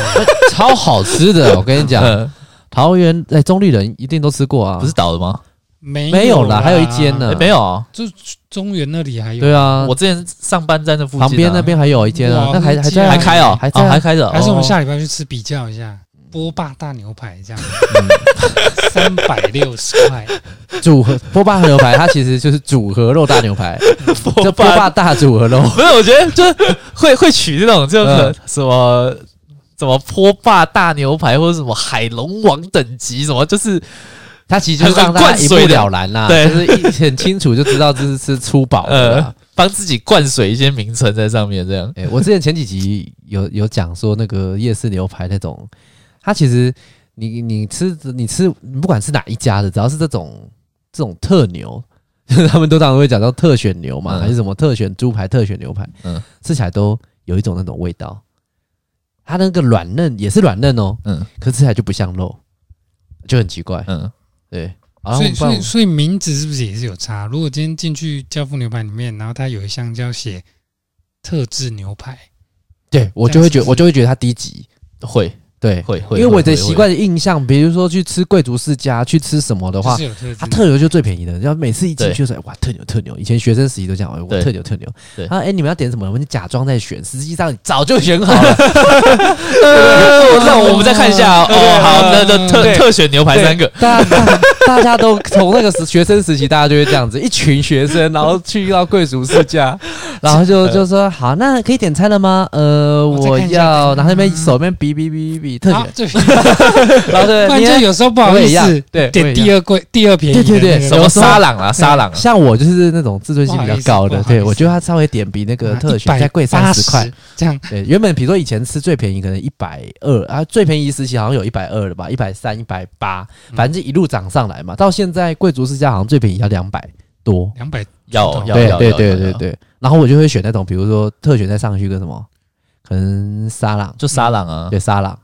Speaker 2: 超好吃的，我跟你 讲，
Speaker 1: 呃
Speaker 2: 桃园哎、中立人一定都吃过啊，
Speaker 1: 不是倒了吗？
Speaker 3: 没
Speaker 2: 没有
Speaker 3: 有
Speaker 2: 啦还有一间呢嗯
Speaker 1: 诶没有啊，
Speaker 3: 就中原那里还有，
Speaker 2: 对啊，
Speaker 1: 我之前上班在那附近啊，
Speaker 2: 旁边那边还有一间啊
Speaker 3: 哇，
Speaker 2: 那还
Speaker 3: 那
Speaker 2: 还
Speaker 3: 间
Speaker 2: 在啊
Speaker 1: 还开哦，
Speaker 2: 还在
Speaker 1: 哦
Speaker 2: 啊哦
Speaker 1: 还开着，
Speaker 3: 还是我
Speaker 1: 哦
Speaker 3: 们下礼拜去吃比较一下波霸大牛排这样，
Speaker 2: 嗯
Speaker 3: 三百六十块，
Speaker 2: 组合波霸和牛排，它其实就是组合肉大牛排，
Speaker 1: 波
Speaker 2: 叫波
Speaker 1: 霸
Speaker 2: 霸大组合肉。
Speaker 1: 不是，我觉得就是会会取这种
Speaker 2: 嗯
Speaker 1: 就是什么什么波霸大牛排或者什么海龙王等级什么，就是
Speaker 2: 它其实就是让大家一目了然啦，
Speaker 1: 很灌
Speaker 2: 就是一很清楚就知道这是吃粗饱的
Speaker 1: 呃
Speaker 2: 啦。
Speaker 1: 帮自己灌水一些名称在上面这样。
Speaker 2: 哎，我之前前几集有有讲说那个夜市牛排那种，它其实你你吃你吃你不管是哪一家的，只要是这种这种特牛， 他们都常常会讲到特选牛嘛，
Speaker 1: 嗯
Speaker 2: 还是什么特选猪排、特选牛排，
Speaker 1: 嗯
Speaker 2: 吃起来都有一种那种味道。它那个软嫩也是软嫩哦，
Speaker 1: 嗯
Speaker 2: 可是吃起来就不像肉，就很奇怪。
Speaker 1: 嗯，
Speaker 2: 对，然后
Speaker 3: 所
Speaker 2: 啊我们
Speaker 3: 以所以所以名字是不是也是有差？如果今天进去教父牛排里面，然后它有一项叫写特制牛排，
Speaker 2: 对我就会觉
Speaker 3: 这
Speaker 2: 得
Speaker 3: 样是不是
Speaker 2: 我就会觉得它低级，
Speaker 1: 会
Speaker 2: 对，
Speaker 1: 会会，
Speaker 2: 因为我的
Speaker 1: 会
Speaker 2: 习，惯的印象，比如说去吃贵族世家，去吃什么的
Speaker 3: 就
Speaker 2: 话
Speaker 3: 是，有特制
Speaker 2: 啊，特牛就最便宜的，要每次一进
Speaker 1: 对
Speaker 2: 去就说哎哇特牛特牛，以前学生时期都这样，哎我
Speaker 1: 对
Speaker 2: 特牛特牛，
Speaker 1: 对
Speaker 2: 啊哎你们要点什么，我们就假装在选，实际上早就选好了，
Speaker 1: 呃，那我们再看一下哦，
Speaker 3: 对对
Speaker 1: 哦好，那那特
Speaker 2: 嗯对
Speaker 1: 特选牛排
Speaker 2: 对
Speaker 1: 三个，
Speaker 2: 大家大大家都从那个时学生时期，大家就会这样子， 一群学生，然后去到贵族世 家，然后
Speaker 1: 呃
Speaker 2: 就就说好，那可以点餐了吗？呃，
Speaker 3: 我再
Speaker 2: 我
Speaker 3: 看一下
Speaker 2: 要，然后那边手那边比比比比比特
Speaker 3: 啊
Speaker 2: 选，，
Speaker 3: 对，
Speaker 2: 然后对，
Speaker 3: 不然
Speaker 2: 你
Speaker 3: 就
Speaker 2: 也
Speaker 3: 有时候不好
Speaker 2: 我也
Speaker 3: 意
Speaker 2: 一样
Speaker 3: 思
Speaker 2: 对，我也
Speaker 3: 点
Speaker 2: 一
Speaker 3: 第
Speaker 2: 样
Speaker 3: 二贵、第二便宜的
Speaker 2: 对对对
Speaker 3: 那个
Speaker 1: 什
Speaker 2: 有
Speaker 1: 么
Speaker 2: 时候
Speaker 1: 沙朗啊，沙朗啊，
Speaker 2: 像我就是那种自尊心比较高
Speaker 3: 不好意
Speaker 2: 的，
Speaker 3: 思不好意
Speaker 2: 对
Speaker 3: 思啊
Speaker 2: 我觉得他稍微点比那个特选
Speaker 3: 180
Speaker 2: 再贵三十块。
Speaker 3: 这样，
Speaker 2: 对，原本比如说以前吃最便宜可能一百二啊，最便宜时期好像有一百二了吧，一百三、一百八，反正一路涨上来嘛。到现在贵族世家好像最便宜要两百多，
Speaker 3: 两百
Speaker 1: 要要
Speaker 2: 对
Speaker 1: 要，
Speaker 2: 对
Speaker 1: 要
Speaker 2: 对
Speaker 1: 要
Speaker 2: 对
Speaker 1: 要
Speaker 2: 对。然后我就会选那种，比如说特选再上去个什么，可能沙朗，
Speaker 1: 就沙朗啊，
Speaker 2: 对沙朗，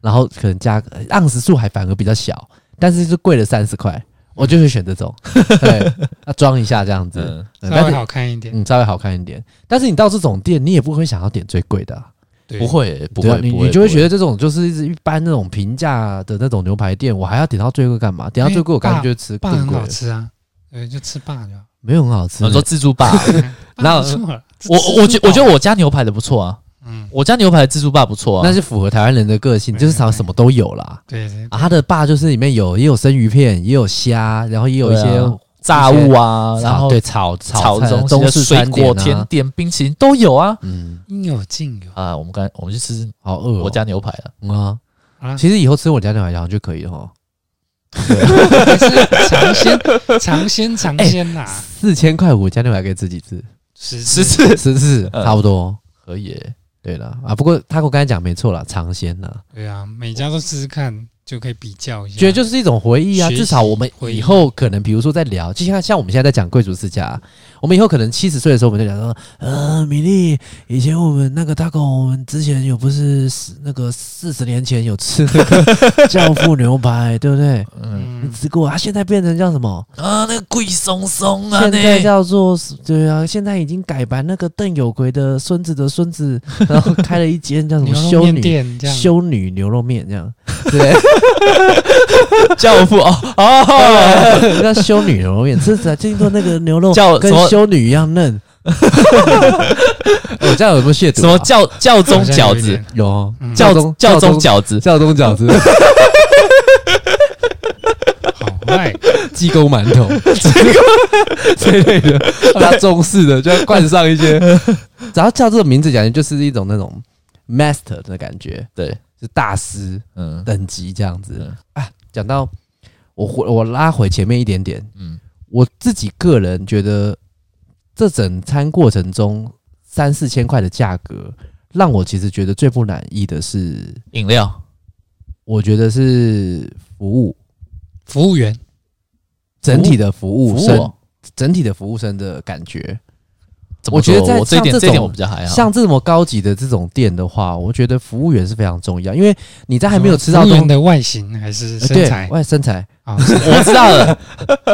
Speaker 2: 然后可能加呃盎司数还反而比较小，但是就贵了三十块，我就会选这种， 对，要装一下这样子，
Speaker 1: 嗯，
Speaker 2: 对
Speaker 3: 稍
Speaker 2: 但
Speaker 3: 微
Speaker 2: 是
Speaker 3: 好看一点，
Speaker 2: 嗯稍微好看一点。但是你到这种店，你也不会想要点最贵的啊、
Speaker 3: 对
Speaker 1: 不会不
Speaker 2: 对啊
Speaker 1: 会，
Speaker 2: 你
Speaker 1: 不会
Speaker 2: 你就会觉
Speaker 1: 得
Speaker 2: 得这种就是一直一般那种平价的那种牛排店，我还要点到最贵干嘛？点到最贵我干脆就吃
Speaker 3: 霸
Speaker 2: 更
Speaker 3: 很
Speaker 2: 贵的
Speaker 3: 好，吃啊，对，就吃霸 就好。
Speaker 2: 没有很好吃欸
Speaker 1: 你。哦说自助吧，
Speaker 2: 那
Speaker 3: 那不错了，这
Speaker 1: 我
Speaker 3: 吃
Speaker 1: 我觉
Speaker 3: 不
Speaker 1: 我觉
Speaker 3: 饱
Speaker 1: 得我家牛排的不错啊，
Speaker 3: 嗯，
Speaker 1: 我家牛排的自助吧不错啊，
Speaker 2: 那是符合台湾人的个性，
Speaker 3: 对
Speaker 2: 就是啥什么都有啦。
Speaker 3: 对对
Speaker 2: 啊，它的霸就是里面有也有生鱼片，也有虾，然后也有一
Speaker 1: 对
Speaker 2: 些
Speaker 1: 啊炸物啊，
Speaker 2: 炒
Speaker 1: 然后
Speaker 2: 对炒
Speaker 1: 炒啊
Speaker 2: 菜
Speaker 1: 东西
Speaker 2: 中式
Speaker 1: 水
Speaker 2: 餐
Speaker 1: 果、
Speaker 2: 点
Speaker 1: 甜
Speaker 2: 啊，
Speaker 1: 点、冰淇淋都有啊。
Speaker 2: 嗯，
Speaker 3: 应有尽有
Speaker 1: 啊，我们刚我们去吃
Speaker 2: 好饿哦。
Speaker 1: 我家牛排了，
Speaker 2: 嗯啊，
Speaker 3: 啊，
Speaker 2: 其实以后吃我家牛排好像就可以了哦，
Speaker 3: 还是尝鲜，尝鲜，尝 鲜啦，
Speaker 2: 四千块五家牛排可以吃几次？
Speaker 3: 十
Speaker 1: 十
Speaker 3: 次
Speaker 1: 次
Speaker 2: 十次
Speaker 1: 嗯
Speaker 2: 差不多。
Speaker 1: 可以耶，
Speaker 2: 对了啊，不过他跟我刚才讲没错啦，尝鲜呐。
Speaker 3: 对啊，每家都试试看，就可以比较一下。
Speaker 2: 觉得就是一种回忆啊。
Speaker 3: 学习
Speaker 2: 至少我们以后可能，比如说在聊，就像像我们现在在讲贵族世家、啊我们以后可能七十岁的时候，我们就讲说，呃，米粒，以前我们那个大狗，我们之前有不是十那个四十年前有吃那个教父牛排，对不对？
Speaker 1: 嗯
Speaker 2: 你
Speaker 3: 嗯，
Speaker 2: 吃过啊？现在变成叫什么？
Speaker 1: 啊，那个贵松松啊，
Speaker 2: 现在
Speaker 1: 那
Speaker 2: 叫做对啊，现在已经改版那个邓有奎的孙子的孙子，然后开了一间叫什么
Speaker 3: 牛肉
Speaker 2: 嗯修
Speaker 3: 面
Speaker 2: 女
Speaker 3: 店这样，
Speaker 2: 修女牛肉面这样，对。
Speaker 1: 教父哦哦，
Speaker 2: 对啊那修女牛肉面，吃起来听说那个牛肉
Speaker 1: 叫
Speaker 2: 跟
Speaker 1: 什么
Speaker 2: 修女一样 嫩。我这样有没有亵渎啊？
Speaker 1: 什么教教宗饺
Speaker 3: 好像有一
Speaker 1: 子
Speaker 3: 点，
Speaker 2: 有哦
Speaker 3: 嗯
Speaker 1: 教
Speaker 2: 宗
Speaker 1: 教宗
Speaker 2: 宗
Speaker 1: 饺子，
Speaker 2: 教宗饺子、
Speaker 3: 好坏，
Speaker 2: 鸡公馒头这 类的，他中式的就要冠上一些，只要叫这个名字，感觉就是一种那种 master 的感觉，
Speaker 1: 对，
Speaker 2: 是大师
Speaker 1: 嗯
Speaker 2: 等级这样子
Speaker 1: 嗯
Speaker 2: 啊。讲到我回我拉回前面一点点，
Speaker 1: 嗯，
Speaker 2: 我自己个人觉得，这整餐过程中三四千块的价格，让我其实觉得最不满意的是，
Speaker 1: 饮料
Speaker 2: 我觉得是服务
Speaker 3: 服务员
Speaker 2: 整体的服务
Speaker 1: 服务
Speaker 2: 生，
Speaker 1: 哦
Speaker 2: 整体的服务生的感觉。
Speaker 1: 怎么
Speaker 2: 我觉得
Speaker 1: 说
Speaker 2: 在
Speaker 1: 我这一点
Speaker 2: 像
Speaker 1: 这
Speaker 2: 这
Speaker 1: 一点
Speaker 2: 种
Speaker 1: 我比较
Speaker 3: 哎
Speaker 1: 还好，
Speaker 2: 像这么高级的这种店的话，我觉得服务员是非常重要，因为你在还没有吃到
Speaker 3: 服务员
Speaker 2: 东。
Speaker 3: 的外形还是
Speaker 2: 呃
Speaker 3: 身
Speaker 2: 对
Speaker 3: 材，
Speaker 2: 外身材，
Speaker 3: 啊，
Speaker 1: 我知道了，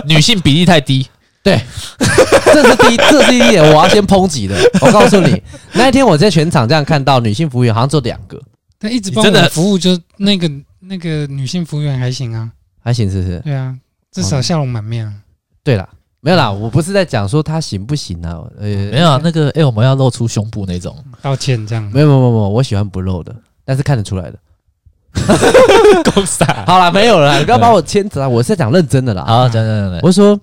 Speaker 1: 女性比例太低，
Speaker 2: 这是第一，这是第一点，我要先抨击的。我告诉你， 那一天我在全场这样看到女性服务员好像只有两个，
Speaker 3: 但一直帮
Speaker 1: 你真的
Speaker 3: 我服务就那个那个女性服务员还行啊，
Speaker 2: 还行是不是？
Speaker 3: 对啊，至少笑容满面啊。
Speaker 2: 对啦，没有啦，我不是在讲说他行不行啊，呃，
Speaker 1: 没有啊那个哎，我们要露出胸部那种，
Speaker 3: 道歉这样
Speaker 2: 没有，没有没有没有，我喜欢不露的，但是看得出来的。
Speaker 1: 够傻。
Speaker 2: 好啦，没有了啦，你不要把我牵扯啊，我是在讲认真的啦。
Speaker 1: 好，讲讲讲
Speaker 2: 我是说，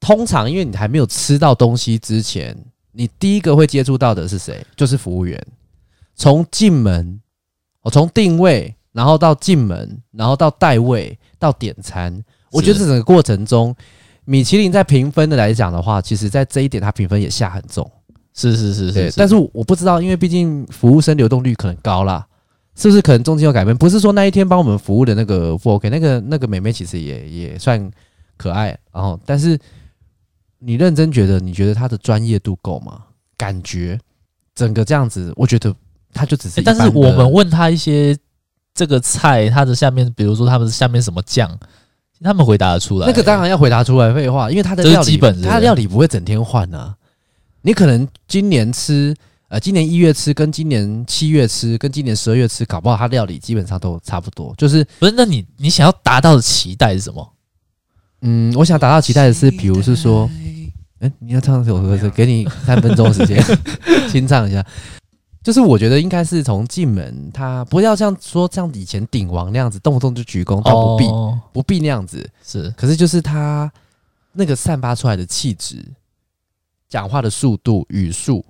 Speaker 2: 通常因为你还没有吃到东西之前，你第一个会接触到的是谁？就是服务员。从进门，我从定位，然后到进门，然后到带位，到点餐，我觉得这整个过程中，米其林在评分的来讲的话，其实在这一点它评分也下很重。
Speaker 1: 是是是
Speaker 2: 对
Speaker 1: 是，，
Speaker 2: 但是我不知道，因为毕竟服务生流动率可能高啦，是不是可能中间有改变？不是说那一天帮我们服务的那个不 OK，那个那个妹妹其实也也算可爱，然后但是你认真觉得，你觉得她的专业度够吗？感觉整个这样子，我觉得她就只是
Speaker 1: 欸
Speaker 2: 一
Speaker 1: 但
Speaker 2: 般的、
Speaker 1: 是我们问他一些这个菜，它的下面，比如说他们下面什么酱，他们回答得出来。
Speaker 2: 那个当然要回答出来废话，因为它的
Speaker 1: 这是
Speaker 2: 料理，
Speaker 1: 基本是不是
Speaker 2: 它的料理不会整天换啊。你可能今年吃，呃，今年一月吃，跟今年七月吃，跟今年十二月吃，搞不好它料理基本上都差不多。就是，
Speaker 1: 不是？那你你想要达到的期待是什么？
Speaker 2: 嗯，我想达到期待的是，比如是
Speaker 1: 嗯
Speaker 2: 说，哎、你要唱这首歌是给你三分钟时间清唱 一下。就是我觉得应该是从进门，他不要像说像以前鼎王那样子，动不动就鞠躬，倒不必、
Speaker 1: 哦
Speaker 2: 不必那样子。
Speaker 1: 是
Speaker 2: 可是就是他那个散发出来的气质、讲话的速度、语速、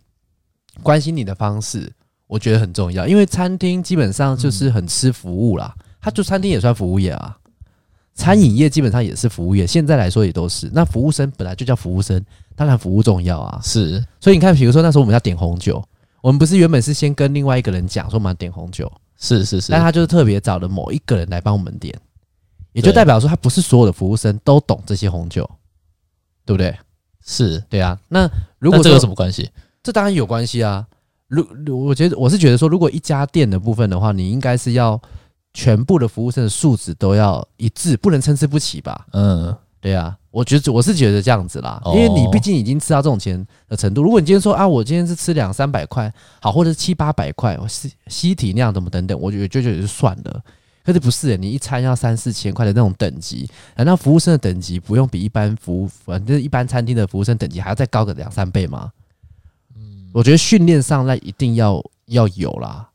Speaker 2: 关心你的方式，我觉得很重要。因为餐厅基本上就是很吃服务啦，它就餐厅也算服务业啊，餐饮业基本上也是服务业，现在来说也都是。那服务生本来就叫服务生，当然服务重要啊。
Speaker 1: 是
Speaker 2: 所以你看，比如说那时候我们要点红酒。我们不是原本是先跟另外一个人讲说我们要点红酒，
Speaker 1: 是是是，
Speaker 2: 但他就是特别找了某一个人来帮我们点，也就
Speaker 1: 对
Speaker 2: 代表说他不是所有的服务生都懂这些红酒，对不对？
Speaker 1: 是
Speaker 2: 对啊，那
Speaker 1: 那
Speaker 2: 如果
Speaker 1: 这个有什
Speaker 2: 么，
Speaker 1: 么关系？
Speaker 2: 这当然有关系啊。如如我觉得我是觉得说，如果一家店的部分的话，你应该是要全部的服务生的素质都要一致，不能参差不齐吧？
Speaker 1: 嗯，
Speaker 2: 对啊，我觉得我是觉得这样子啦，
Speaker 1: 哦
Speaker 2: 因为你毕竟已经吃到这种钱的程度。如果你今天说啊，我今天是吃两三百块，好，或者是七八百块，我是西体那样怎么等等，我觉得就觉得就算了。可是不是耶，你一餐要三四千块的那种等级，难道服务生的等级不用比一般服务，反正一般餐厅的服务生等级还要再高个两三倍吗？嗯，我觉得训练上那一定要要有啦。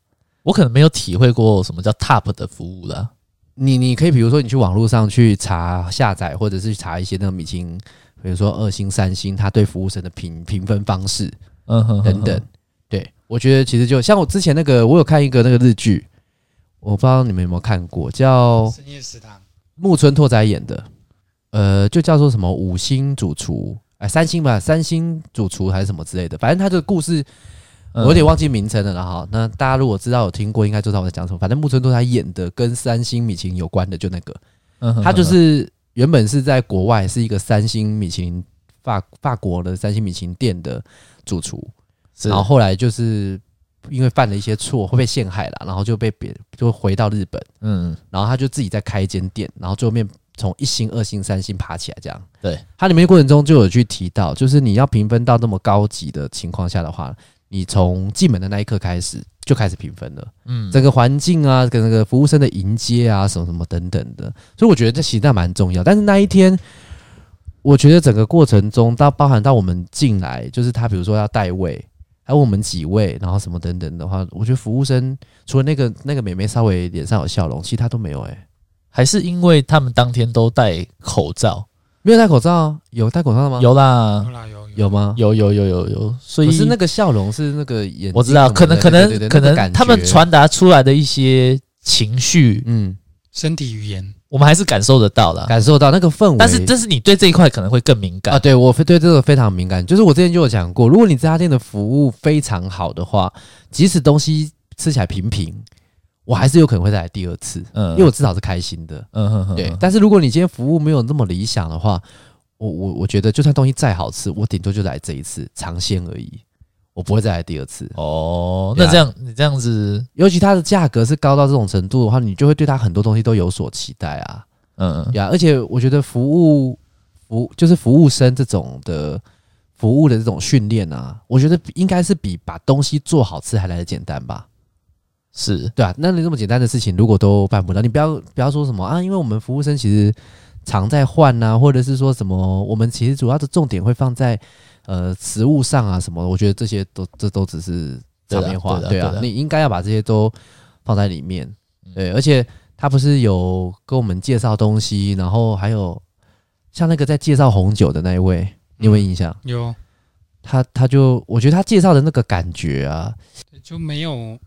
Speaker 1: 我可能没有体会过什么叫 top 的服务了。
Speaker 2: 你你可以比如说你去网络上去查下载，或者是去查一些那种米其林，比如说二星、三星，他对服务生的评评分方式
Speaker 1: 嗯哼哼
Speaker 2: 等等。对，我觉得其实就像我之前那个，我有看一个那个日剧，我不知道你们有没有看过，叫
Speaker 3: 深夜食堂，
Speaker 2: 木村拓哉演的，呃，就叫做什么五星主厨，哎，三星吧，三星主厨还是什么之类的，反正他的故事
Speaker 1: 嗯
Speaker 2: 我有点忘记名称了啦哈。那大家如果知道有听过，应该知道我在讲什么。反正木村拓哉演的跟三星米其林有关的，就那个。
Speaker 1: 忘
Speaker 2: 他
Speaker 1: 嗯
Speaker 2: 就是原本是在国外是一个三星米其林法法国的三星米其林店的主厨，
Speaker 1: 是
Speaker 2: 然后后来就是因为犯了一些错，会被陷害了，然后就被别就回到日本，
Speaker 1: 嗯
Speaker 2: 然后他就自己再开一间店，然后最后面从一星、二星、三星爬起来这样。
Speaker 1: 对，
Speaker 2: 它里面过程中就有去提到，就是你要评分到那么高级的情况下的话，你从进门的那一刻开始就开始评分了。
Speaker 1: 嗯
Speaker 2: 整个环境啊，跟那个服务生的迎接啊，什么什么等等的，所以我觉得这其实那蛮重要。但是那一天，我觉得整个过程中，到包含到我们进来，就是他比如说要带位，还有我们几位，然后什么等等的话，我觉得服务生除了那个那个美眉稍微脸上有笑容，其他都没有、欸，诶，
Speaker 1: 还是因为他们当天都戴口罩，
Speaker 2: 没有戴口罩啊，有戴口罩吗？
Speaker 1: 有啦
Speaker 3: 有，啦有有
Speaker 2: 有吗？
Speaker 1: 有有有有有，所以
Speaker 2: 不是那个笑容，是那个眼睛什么的，
Speaker 1: 我知道，可能可
Speaker 2: 对
Speaker 1: 能
Speaker 2: 对对
Speaker 1: 可
Speaker 2: 那个
Speaker 1: 能
Speaker 2: 感
Speaker 1: 他们
Speaker 2: 觉
Speaker 1: 传达出来的一些情绪，
Speaker 2: 嗯
Speaker 3: 身体语言，
Speaker 1: 我们还是感受得到啦。
Speaker 2: 感受到那个氛围，
Speaker 1: 但是这是你对这一块可能会更敏
Speaker 2: 啊，
Speaker 1: 感，
Speaker 2: 对我非对这个非常敏感。就是我之前就有讲过，如果你这家店的服务非常好的话，即使东西吃起来平平，我还是有可能会再来第二次，
Speaker 1: 嗯，
Speaker 2: 因为我至少是开心的。
Speaker 1: 嗯哼哼，
Speaker 2: 对，但是如果你今天服务没有那么理想的话，我我我觉得就算东西再好吃，我顶多就来这一次尝鲜而已，我不会再来第二次。
Speaker 1: 哦，
Speaker 2: 对
Speaker 1: 那
Speaker 2: 啊
Speaker 1: 这样你这样子，
Speaker 2: 尤其它的价格是高到这种程度的话，你就会对它很多东西都有所期待啊。
Speaker 1: 嗯，
Speaker 2: 呀而且我觉得服务服就是服务生这种的服务的这种训练啊，我觉得应该是比把东西做好吃还来的简单吧。
Speaker 1: 是
Speaker 2: 对啊，那你这么简单的事情如果都办不到，你不要不要说什么啊，因为我们服务生其实常在换呐、或者是说什么，我们其实主要的重点会放在呃食物上啊什么的，我觉得这些都这都只是场面话，
Speaker 1: 对的对
Speaker 2: 对啊
Speaker 1: 的，嗯
Speaker 2: 你应该要把这些都放在里面，对，而且他不是有跟我们介绍东西，然后还有像那个在介绍红酒的那一位，你有没有印
Speaker 1: 嗯
Speaker 2: 象？
Speaker 3: 有
Speaker 2: 他他就我觉得他介绍的那个感觉啊，
Speaker 3: 就没有，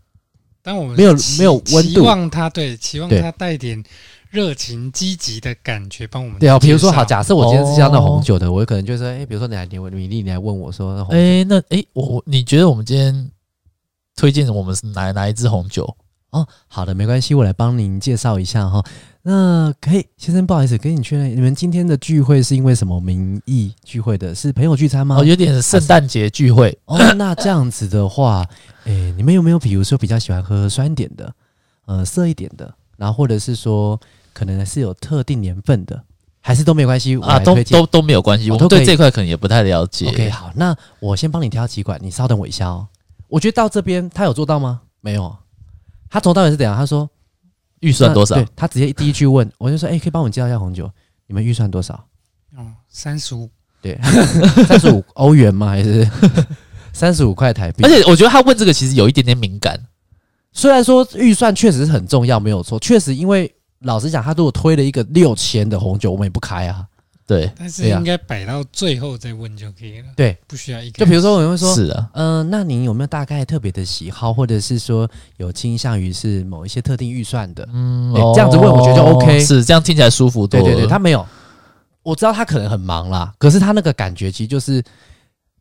Speaker 3: 但我们
Speaker 2: 没有
Speaker 3: 期
Speaker 2: 没有温
Speaker 3: 期
Speaker 2: 度
Speaker 3: 望他对，期望
Speaker 2: 对
Speaker 3: 他带点热情、积极的感觉，帮我
Speaker 1: 哦
Speaker 3: 们
Speaker 2: 对啊，
Speaker 3: 介
Speaker 2: 比如说
Speaker 3: 绍
Speaker 2: 好，假设我今天是要那红酒的，我可能就说，哎、比如说你来，你米粒，你来问我说，那红
Speaker 1: 哎，那哎，我我你觉得我们今天推荐我们是哪哪一支红酒？
Speaker 2: 哦，好的，没关系，我来帮您介绍一下哈。那可以，先生，不好意思，跟你确认，你们今天的聚会是因为什么名义聚会的？是朋友聚餐吗？
Speaker 1: 哦，有点圣诞节聚会，
Speaker 2: 哦，那这样子的话，哎、你们有没有比如说比较喜欢喝酸一点的，呃，涩一点的，然后或者是说可能是有特定年份的，还是都没关系？我
Speaker 1: 啊，
Speaker 2: 来
Speaker 1: 都
Speaker 2: 推荐
Speaker 1: 都都没有关系，
Speaker 2: 哦
Speaker 1: 我
Speaker 2: 都
Speaker 1: 们
Speaker 2: 可以
Speaker 1: 对这块可能也不太了解。
Speaker 2: OK，好，那我先帮你挑几款，你稍等我一下哦。我觉得到这边他有做到吗？没有啊，他从头到尾是怎样？他说
Speaker 1: 预算多少
Speaker 2: 那？对他直接第一句问，我就说，哎、可以帮我介绍一下红酒，你们预算多少？
Speaker 3: 哦，三十五，
Speaker 2: 三十五欧元吗？还是三十五块台币？
Speaker 1: 而且我觉得他问这个其实有一点点敏感，
Speaker 2: 虽然说预算确实是很重要，没有错，确实因为老实讲，他如果推了一个六千的红酒，我们也不开啊。
Speaker 1: 对，
Speaker 3: 但是
Speaker 2: 对啊
Speaker 3: 应该摆到最后再问就可以了。
Speaker 2: 对，啊
Speaker 3: 不需要一开
Speaker 2: 就比如说，我们会说，
Speaker 1: 是啊，
Speaker 2: 嗯、那您有没有大概特别的喜好，或者是说有倾向于是某一些特定预算的？
Speaker 1: 嗯
Speaker 2: 对这样子问我觉得就 OK
Speaker 1: 是这样听起来舒服多
Speaker 2: 对
Speaker 1: 了。
Speaker 2: 对对，他没有。我知道他可能很忙啦，可是他那个感觉其实就是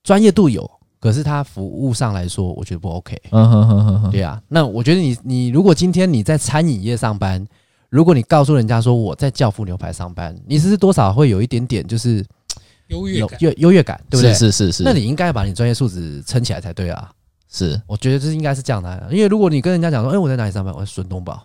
Speaker 2: 专业度有，可是他服务上来说，我觉得不 OK。
Speaker 1: 嗯哼哼哼哼，
Speaker 2: 对啊，那我觉得你你如果今天你在餐饮业上班，如果你告诉人家说我在教父牛排上班，你是不是多少会有一点点就是
Speaker 3: 优越
Speaker 2: 有
Speaker 3: 感，
Speaker 2: 优优越感，对不对？
Speaker 1: 是是是是，
Speaker 2: 那你应该把你专业素质撑起来才对啊。
Speaker 1: 是
Speaker 2: 我觉得这应该是这样的啊，因为如果你跟人家讲说，哎、我在哪里上班，我在孙东宝，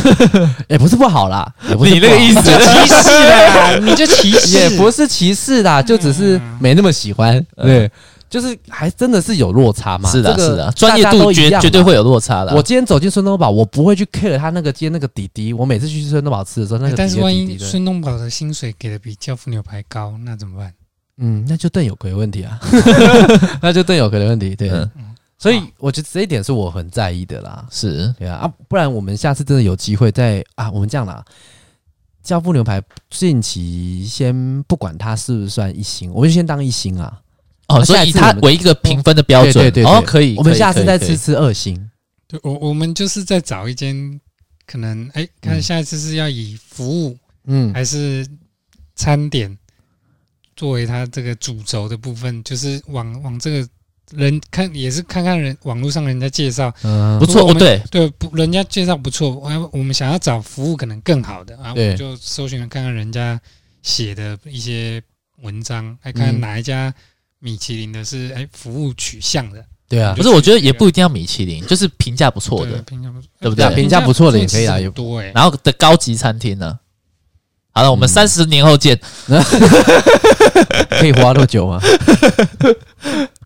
Speaker 2: 也不是不好啦，也不是
Speaker 1: 你那个意
Speaker 2: 思。
Speaker 1: 思，
Speaker 3: 歧视 啦，你就歧视，
Speaker 2: 也不是歧视啦，就只是没那么喜欢，
Speaker 1: 嗯
Speaker 2: 对，就是还真的是有落差嘛。
Speaker 1: 是的
Speaker 2: 这个
Speaker 1: 是的，
Speaker 2: 大
Speaker 1: 专业
Speaker 2: 家
Speaker 1: 度
Speaker 2: 都一
Speaker 1: 绝
Speaker 2: 样嘛
Speaker 1: 绝对会有落差的啊。
Speaker 2: 我今天走进孙东宝，我不会去 care 他那个今天那个底底。我每次去孙东宝吃的时候，那个
Speaker 3: 哎但是
Speaker 2: 底
Speaker 3: 万
Speaker 2: 底底
Speaker 3: 一
Speaker 2: 底的
Speaker 3: 孙东宝的薪水给的比教父牛排高，那怎么办？
Speaker 2: 嗯，那就邓有奎的问题 啊，那就邓有奎的问题。对，
Speaker 1: 嗯
Speaker 2: 所以我觉得这一点是我很在意的啦。
Speaker 1: 是
Speaker 2: 对啊，啊，不然我们下次真的有机会再啊，我们这样啦。教父牛排近期先不管它是不是算一星，我们就先当一星啊。
Speaker 1: 哦，
Speaker 2: 那
Speaker 1: 所
Speaker 2: 下
Speaker 1: 以以
Speaker 2: 次
Speaker 1: 它
Speaker 2: 我们
Speaker 1: 为一个评分的标准，
Speaker 2: 对对对对
Speaker 1: 哦，可以，
Speaker 2: 我们
Speaker 1: 可以
Speaker 2: 下次再。
Speaker 1: 可以可
Speaker 2: 吃
Speaker 1: 以
Speaker 2: 吃二星。
Speaker 3: 对我，我们就是再找一间，可能哎，看下一次是要以服务
Speaker 2: 嗯，
Speaker 3: 还是餐点作为它这个主轴的部分，就是往往这个人看也是看看人网络上人家介绍，
Speaker 2: 嗯
Speaker 1: 不
Speaker 3: 如
Speaker 1: 错，
Speaker 3: 果我
Speaker 1: 哦
Speaker 3: 们
Speaker 1: 对，
Speaker 3: 对，不，人家介绍不错，哎我我们想要找服务可能更好的啊，我
Speaker 2: 对
Speaker 3: 们就搜寻看看人家写的一些文章，来
Speaker 2: 嗯
Speaker 3: 看看哪一家米其林的是哎服务取向的，
Speaker 2: 对啊
Speaker 1: 不，是，我觉得也不一定要米其林，就是评价不错
Speaker 3: 对
Speaker 1: 的，
Speaker 3: 评价不错，
Speaker 1: 对不对
Speaker 3: 哎
Speaker 2: 评价不错的也可以啊
Speaker 3: 其实
Speaker 2: 也
Speaker 3: 很多哎，
Speaker 1: 然后的高级餐厅呢。好了，我们
Speaker 2: 嗯
Speaker 1: 三十年后见。
Speaker 2: 可以活到 多久吗？
Speaker 1: 啊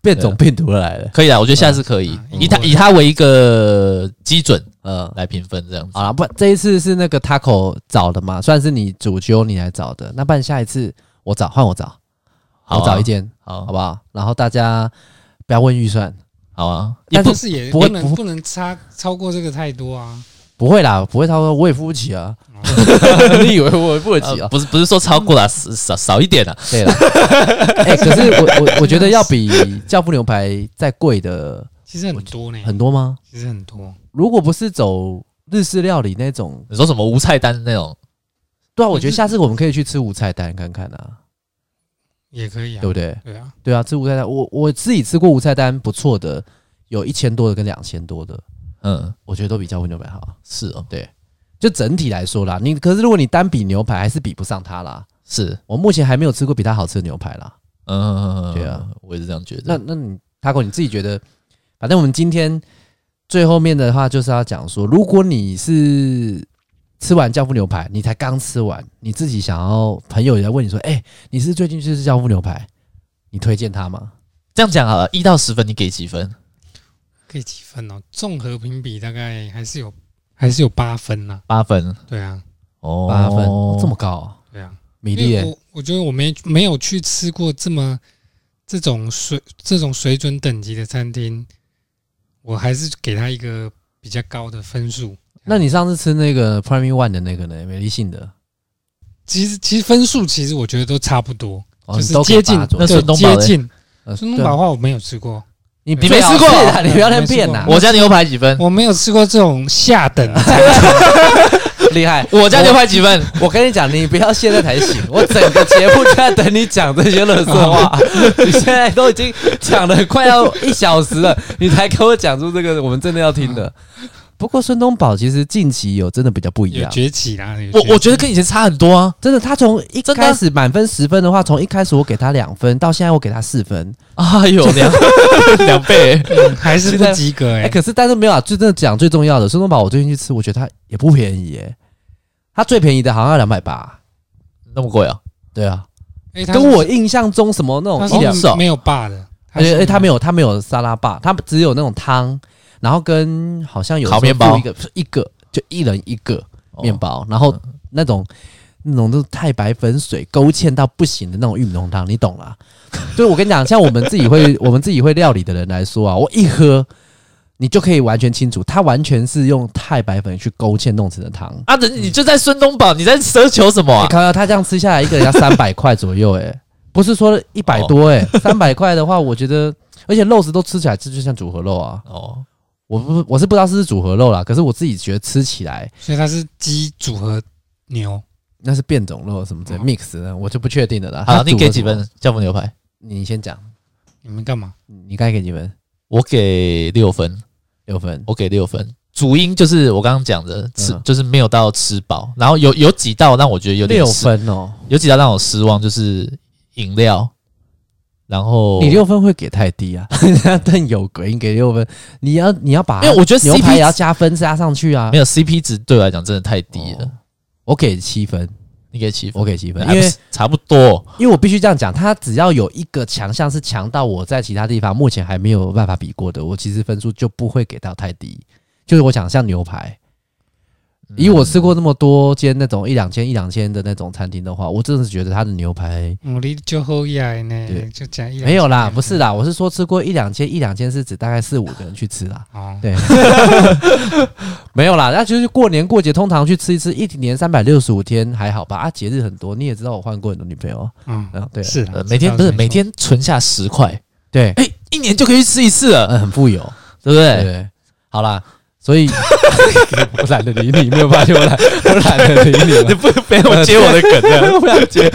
Speaker 2: 变种病毒来了。
Speaker 1: 可以啊，我觉得下次可以
Speaker 3: 嗯嗯
Speaker 1: 以它
Speaker 3: 嗯
Speaker 1: 以它为一个基准
Speaker 2: 嗯，
Speaker 1: 来评分，这样子
Speaker 2: 好。啦，不，这一次是那个 Taco 找的嘛，算是你主揪你来找的。那不然下一次我找，换我找，
Speaker 1: 好啊
Speaker 2: 我找一间，
Speaker 1: 好，
Speaker 2: 好不好？然后大家不要问预算，
Speaker 1: 好啊，也
Speaker 2: 但
Speaker 3: 哎但
Speaker 1: 不
Speaker 3: 是也
Speaker 2: 不
Speaker 3: 不
Speaker 2: 会
Speaker 3: 能
Speaker 2: 不
Speaker 3: 不能差超过这个太多啊，哦
Speaker 2: 不会啦，不会超过，我也付不起啊。 你以为我付得起
Speaker 1: 呃
Speaker 2: 啊？
Speaker 1: 不是不是说超过了，少少少一点了。啊
Speaker 2: 对了， 哎、可是我我我觉得要比教父牛排再贵的
Speaker 3: 其实很多呢，
Speaker 2: 很多吗？
Speaker 3: 其实很多，
Speaker 2: 如果不是走日式料理那种，
Speaker 1: 你说什么无菜单那种？
Speaker 2: 对啊，
Speaker 1: 嗯
Speaker 2: 我觉得下次我们可以去吃无菜单看看啊，
Speaker 3: 也可以啊
Speaker 2: 对，不对？
Speaker 3: 对啊，
Speaker 2: 对啊，吃无菜单，我我自己吃过无菜单不错的，有一千多的跟两千多的，
Speaker 1: 嗯，
Speaker 2: 我觉得都比较温牛排好。啊
Speaker 1: 是哦，
Speaker 2: 就整体来说啦，你可是如果你单比牛排，还是比不上它啦。
Speaker 1: 是，
Speaker 2: 我目前还没有吃过比它好吃的牛排啦。
Speaker 1: 嗯，
Speaker 2: 对啊，
Speaker 1: 我也是这样觉
Speaker 2: 那
Speaker 1: 得。
Speaker 2: 那你 Taco 你自己觉得？反正我们今天最后面的话就是要讲说，如果你是吃完教父牛排，你才刚吃完，你自己想要朋友也在问你说，哎、你是最近去吃教父牛排，你推荐它吗？
Speaker 1: 这样讲好了，一到十分你给几分？
Speaker 3: 可以几分哦，综合评比大概还是有还是有八分呐，
Speaker 1: 八分
Speaker 3: 对啊，
Speaker 1: 哦，
Speaker 2: 八分、哦这么高啊、
Speaker 3: 对啊。
Speaker 2: 米
Speaker 3: 因
Speaker 2: 粒、
Speaker 3: 为
Speaker 2: 欸，
Speaker 3: 我我觉得我没没有去吃过这么这种水这种水准等级的餐厅，我还是给他一个比较高的分数。
Speaker 2: 那你上次吃那个 Prime One 的那个呢？美丽信的，
Speaker 3: 其实其实分数其实我觉得都差不多，
Speaker 2: 哦
Speaker 3: 就
Speaker 2: 你
Speaker 3: 是
Speaker 2: 都给
Speaker 3: 接近
Speaker 2: 八左
Speaker 1: 那
Speaker 2: 右
Speaker 1: 是
Speaker 3: 对
Speaker 1: 孙东宝
Speaker 3: 接
Speaker 1: 嘞
Speaker 3: 近。
Speaker 2: 呃
Speaker 3: 孙东
Speaker 2: 对啊
Speaker 3: 宝的话我没有吃过，
Speaker 2: 你
Speaker 1: 你
Speaker 2: 不
Speaker 1: 没
Speaker 2: 要
Speaker 1: 吃过
Speaker 2: 对啊 啦你不要乱
Speaker 3: 没吃
Speaker 2: 变
Speaker 3: 过
Speaker 2: 啦，
Speaker 1: 我家牛排几分？
Speaker 3: 我没有吃过这种下
Speaker 2: 哎
Speaker 3: 等的餐
Speaker 2: 厉害。
Speaker 1: 我家牛排几分？
Speaker 2: 我跟你讲，你不要现在才醒，我整个节目就在等你讲这些乐色话。你现在都已经讲了快要一小时了，你才跟我讲出这个我们真的要听的。不过孙东宝其实近期有真的比较不一
Speaker 3: 有
Speaker 2: 样，
Speaker 3: 崛起啦。有崛起
Speaker 1: 我我觉得跟以前差很多 啊。
Speaker 2: 真的，他从一
Speaker 1: 真的
Speaker 2: 开始满分十分的话，从一开始我给他两分，到现在我给他四分。
Speaker 1: 哎呦， 两两倍，
Speaker 3: 嗯还是不及格
Speaker 2: 哎、
Speaker 3: 哎、
Speaker 2: 可是但是没有啊，就真的讲最重要的，孙哎东宝我最近去吃，我觉得他也不便宜耶、他最便宜的好像要两百八，
Speaker 1: 那么贵啊？
Speaker 2: 对啊，
Speaker 3: 哎，它是
Speaker 2: 跟我印象中什么那
Speaker 3: 它
Speaker 2: 种
Speaker 3: 是
Speaker 2: 一两，
Speaker 1: 是哦
Speaker 3: 没有爸的，
Speaker 2: 而且而且哎它没
Speaker 3: 有
Speaker 2: 有它没有沙拉吧，它只有那种汤，然后跟好像有
Speaker 1: 烤
Speaker 2: 时候
Speaker 1: 面包
Speaker 2: 附一个一个就一人一个
Speaker 1: 哦
Speaker 2: 面包，然后那种。那种就是太白粉水勾芡到不行的那种玉米浓汤，你懂啦？就是我跟你讲，像我们自己会 我们自己会料理的人来说啊，我一喝你就可以完全清楚，它完全是用太白粉去勾芡弄成的汤。
Speaker 1: 啊，人你就在孙东宝，你在奢求什么
Speaker 2: 你
Speaker 1: 啊？
Speaker 2: 看到他这样吃下来，一个人要三百块左右、欸，不是说一百多、欸，三百块的话，我觉得，而且肉质都吃起来，这就像组合肉啊。
Speaker 1: 哦，
Speaker 2: 我不，我是不知道是不是组合肉啦，可是我自己觉得吃起来
Speaker 3: 所以它是鸡组合牛，
Speaker 2: 那是变种肉什么之类、
Speaker 3: 哦
Speaker 2: mix 的，我就不确定的啦。
Speaker 1: 好，
Speaker 2: 它
Speaker 1: 你
Speaker 2: 组合
Speaker 1: 给几
Speaker 2: 什么？
Speaker 1: 分教父牛排？
Speaker 2: 你先讲，
Speaker 3: 你们干嘛？
Speaker 2: 你该给几分？
Speaker 1: 我给六分，
Speaker 2: 六分。
Speaker 1: 我给六分。主因就是我刚刚讲的吃，
Speaker 2: 嗯
Speaker 1: 就是没有到吃饱，然后有有几道让我觉得有点
Speaker 2: 六
Speaker 1: 失，
Speaker 2: 分哦，
Speaker 1: 有几道让我失望，就是饮料，然后
Speaker 2: 你六分会给太低啊！ 但有鬼，你给六分，你要你要把
Speaker 1: 因为我觉得
Speaker 2: 啊牛排
Speaker 1: CP
Speaker 2: 也要加分加上去啊
Speaker 1: 没。有 CP 值对我来讲真的太低了，
Speaker 2: 哦我给七分，
Speaker 1: 你给七分，
Speaker 2: 我给七分，
Speaker 1: 还
Speaker 2: 因
Speaker 1: 不
Speaker 2: 为
Speaker 1: 是差不多，
Speaker 2: 因为我必须这样讲，他只要有一个强项是强到我在其他地方目前还没有办法比过的，我其实分数就不会给到太低。就是我想像牛排，以我吃过那么多间那种一两千一两千的那种餐厅的话，我真的是觉得他的牛排
Speaker 3: 我离就后一来
Speaker 2: 对
Speaker 3: 呢，就讲一两
Speaker 2: 没有啦，
Speaker 3: 千
Speaker 2: 不是啦，我是说吃过一两千一两千是指大概四五个人去吃啦。
Speaker 3: 哦，
Speaker 2: 对，没有啦，那就是过年过节通常去吃一次，一年三百六十五天还好吧？啊，节日很多，你也知道我换过很多女朋友
Speaker 3: 嗯，
Speaker 2: 啊，对
Speaker 3: 是
Speaker 1: 呃
Speaker 3: 啦，
Speaker 1: 每天
Speaker 3: 这倒
Speaker 1: 不是
Speaker 3: 没
Speaker 1: 每
Speaker 3: 错
Speaker 1: 天存下十块，
Speaker 2: 对，
Speaker 1: 哎，一年就可以去吃一次了，
Speaker 2: 嗯，很富有。
Speaker 1: 对不
Speaker 2: 对
Speaker 1: 对？
Speaker 2: 好啦，所以 我懒得理你，没有发现我懒，我懒得理 你
Speaker 1: 你
Speaker 2: 了，
Speaker 1: 不没有接我的梗的
Speaker 2: 我不想接。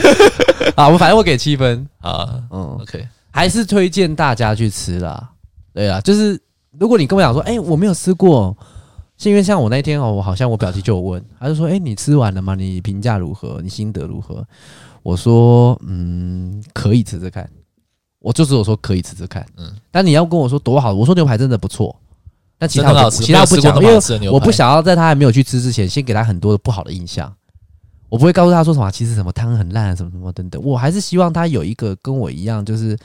Speaker 2: 啊，我反正我给七分，
Speaker 1: 啊
Speaker 2: 嗯，
Speaker 1: ，OK，
Speaker 2: 还是推荐大家去吃啦。对啊，就是如果你跟我讲说，哎、我没有吃过，是因为像我那天哦，我好像我表弟就有问， 他就说，哎、你吃完了吗？你评价如何？你心得如何？我说，嗯，可以吃吃看。我就只有说可以吃吃看，嗯
Speaker 1: 嗯，
Speaker 2: 但你要跟我说多好，我说牛排真的不错，但其
Speaker 1: 真
Speaker 2: 他
Speaker 1: 的
Speaker 2: 我
Speaker 1: 好
Speaker 2: 就
Speaker 1: 吃，
Speaker 2: 其他我不
Speaker 1: 没有吃过那
Speaker 2: 讲，因
Speaker 1: 么
Speaker 2: 为
Speaker 1: 好吃的牛排
Speaker 2: 我不想要在他还没有去吃之前，先给他很多的不好的印象。我不会告诉他说什么，其实什么汤很烂，什么什么等等。我还是希望他有一个跟我一样，就是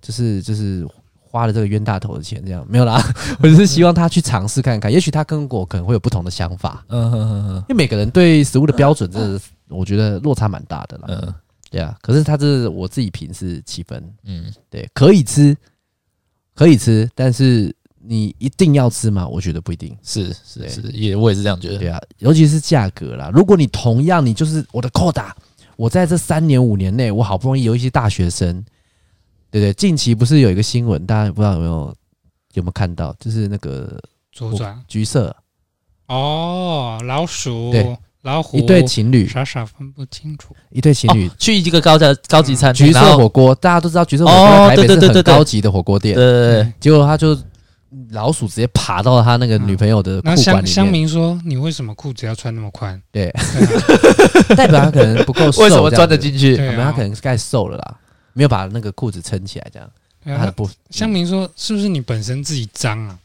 Speaker 2: 就是就是花了这个冤大头的钱这样。没有啦， 我只是希望他去尝试看看，也许他跟我可能会有不同的想法，
Speaker 1: 嗯哼哼哼
Speaker 2: 因为每个人对食物的标准，真的是我觉得落差蛮大的啦。
Speaker 1: 嗯
Speaker 2: 对啊，可是他这我自己评是七分，
Speaker 1: 嗯，
Speaker 2: 对，可以吃，可以吃，但是你一定要吃吗？我觉得不一定。欸
Speaker 1: 是是
Speaker 2: 对
Speaker 1: 是，也我也是这样觉得，
Speaker 2: 对啊，尤其是价格啦。如果你同样，你就是我的扣打，我在这三年五年内，我好不容易有一些大学生，对不对？近期不是有一个新闻，大家不知道有没有有没有看到，就是那个
Speaker 3: 左转
Speaker 2: 橘色
Speaker 3: 哦，老鼠
Speaker 2: 对，
Speaker 3: 老虎
Speaker 2: 一对情侣，
Speaker 3: 傻傻分不清楚，
Speaker 2: 一对情侣
Speaker 1: 哦，去一个高价高级餐厅，
Speaker 2: 橘
Speaker 1: 然
Speaker 2: 色
Speaker 1: 后
Speaker 2: 火锅，大家都知道橘色火锅
Speaker 1: 哦
Speaker 2: 在台北
Speaker 1: 对对
Speaker 2: 是
Speaker 1: 对
Speaker 2: 很
Speaker 1: 对对
Speaker 2: 高级的火锅店，
Speaker 1: 对对
Speaker 2: 结果他就老鼠直接爬到他那个女朋友的
Speaker 3: 那
Speaker 2: 呃裤管
Speaker 3: 乡
Speaker 2: 里
Speaker 3: 乡
Speaker 2: 面，
Speaker 3: 民说：“你为什么裤子要穿那么宽？”
Speaker 2: 对
Speaker 3: 啊，
Speaker 2: 代表他可能不够瘦，
Speaker 1: 对， 为什么钻得
Speaker 2: 的？
Speaker 1: 进去？
Speaker 3: 对
Speaker 2: 可能他
Speaker 3: 啊
Speaker 2: 可，能是太瘦了啦，没有把那个裤子撑起来，这样
Speaker 3: 对
Speaker 2: 他
Speaker 3: 啊
Speaker 2: 的。不
Speaker 3: 乡民说：“是不是你本身自己脏啊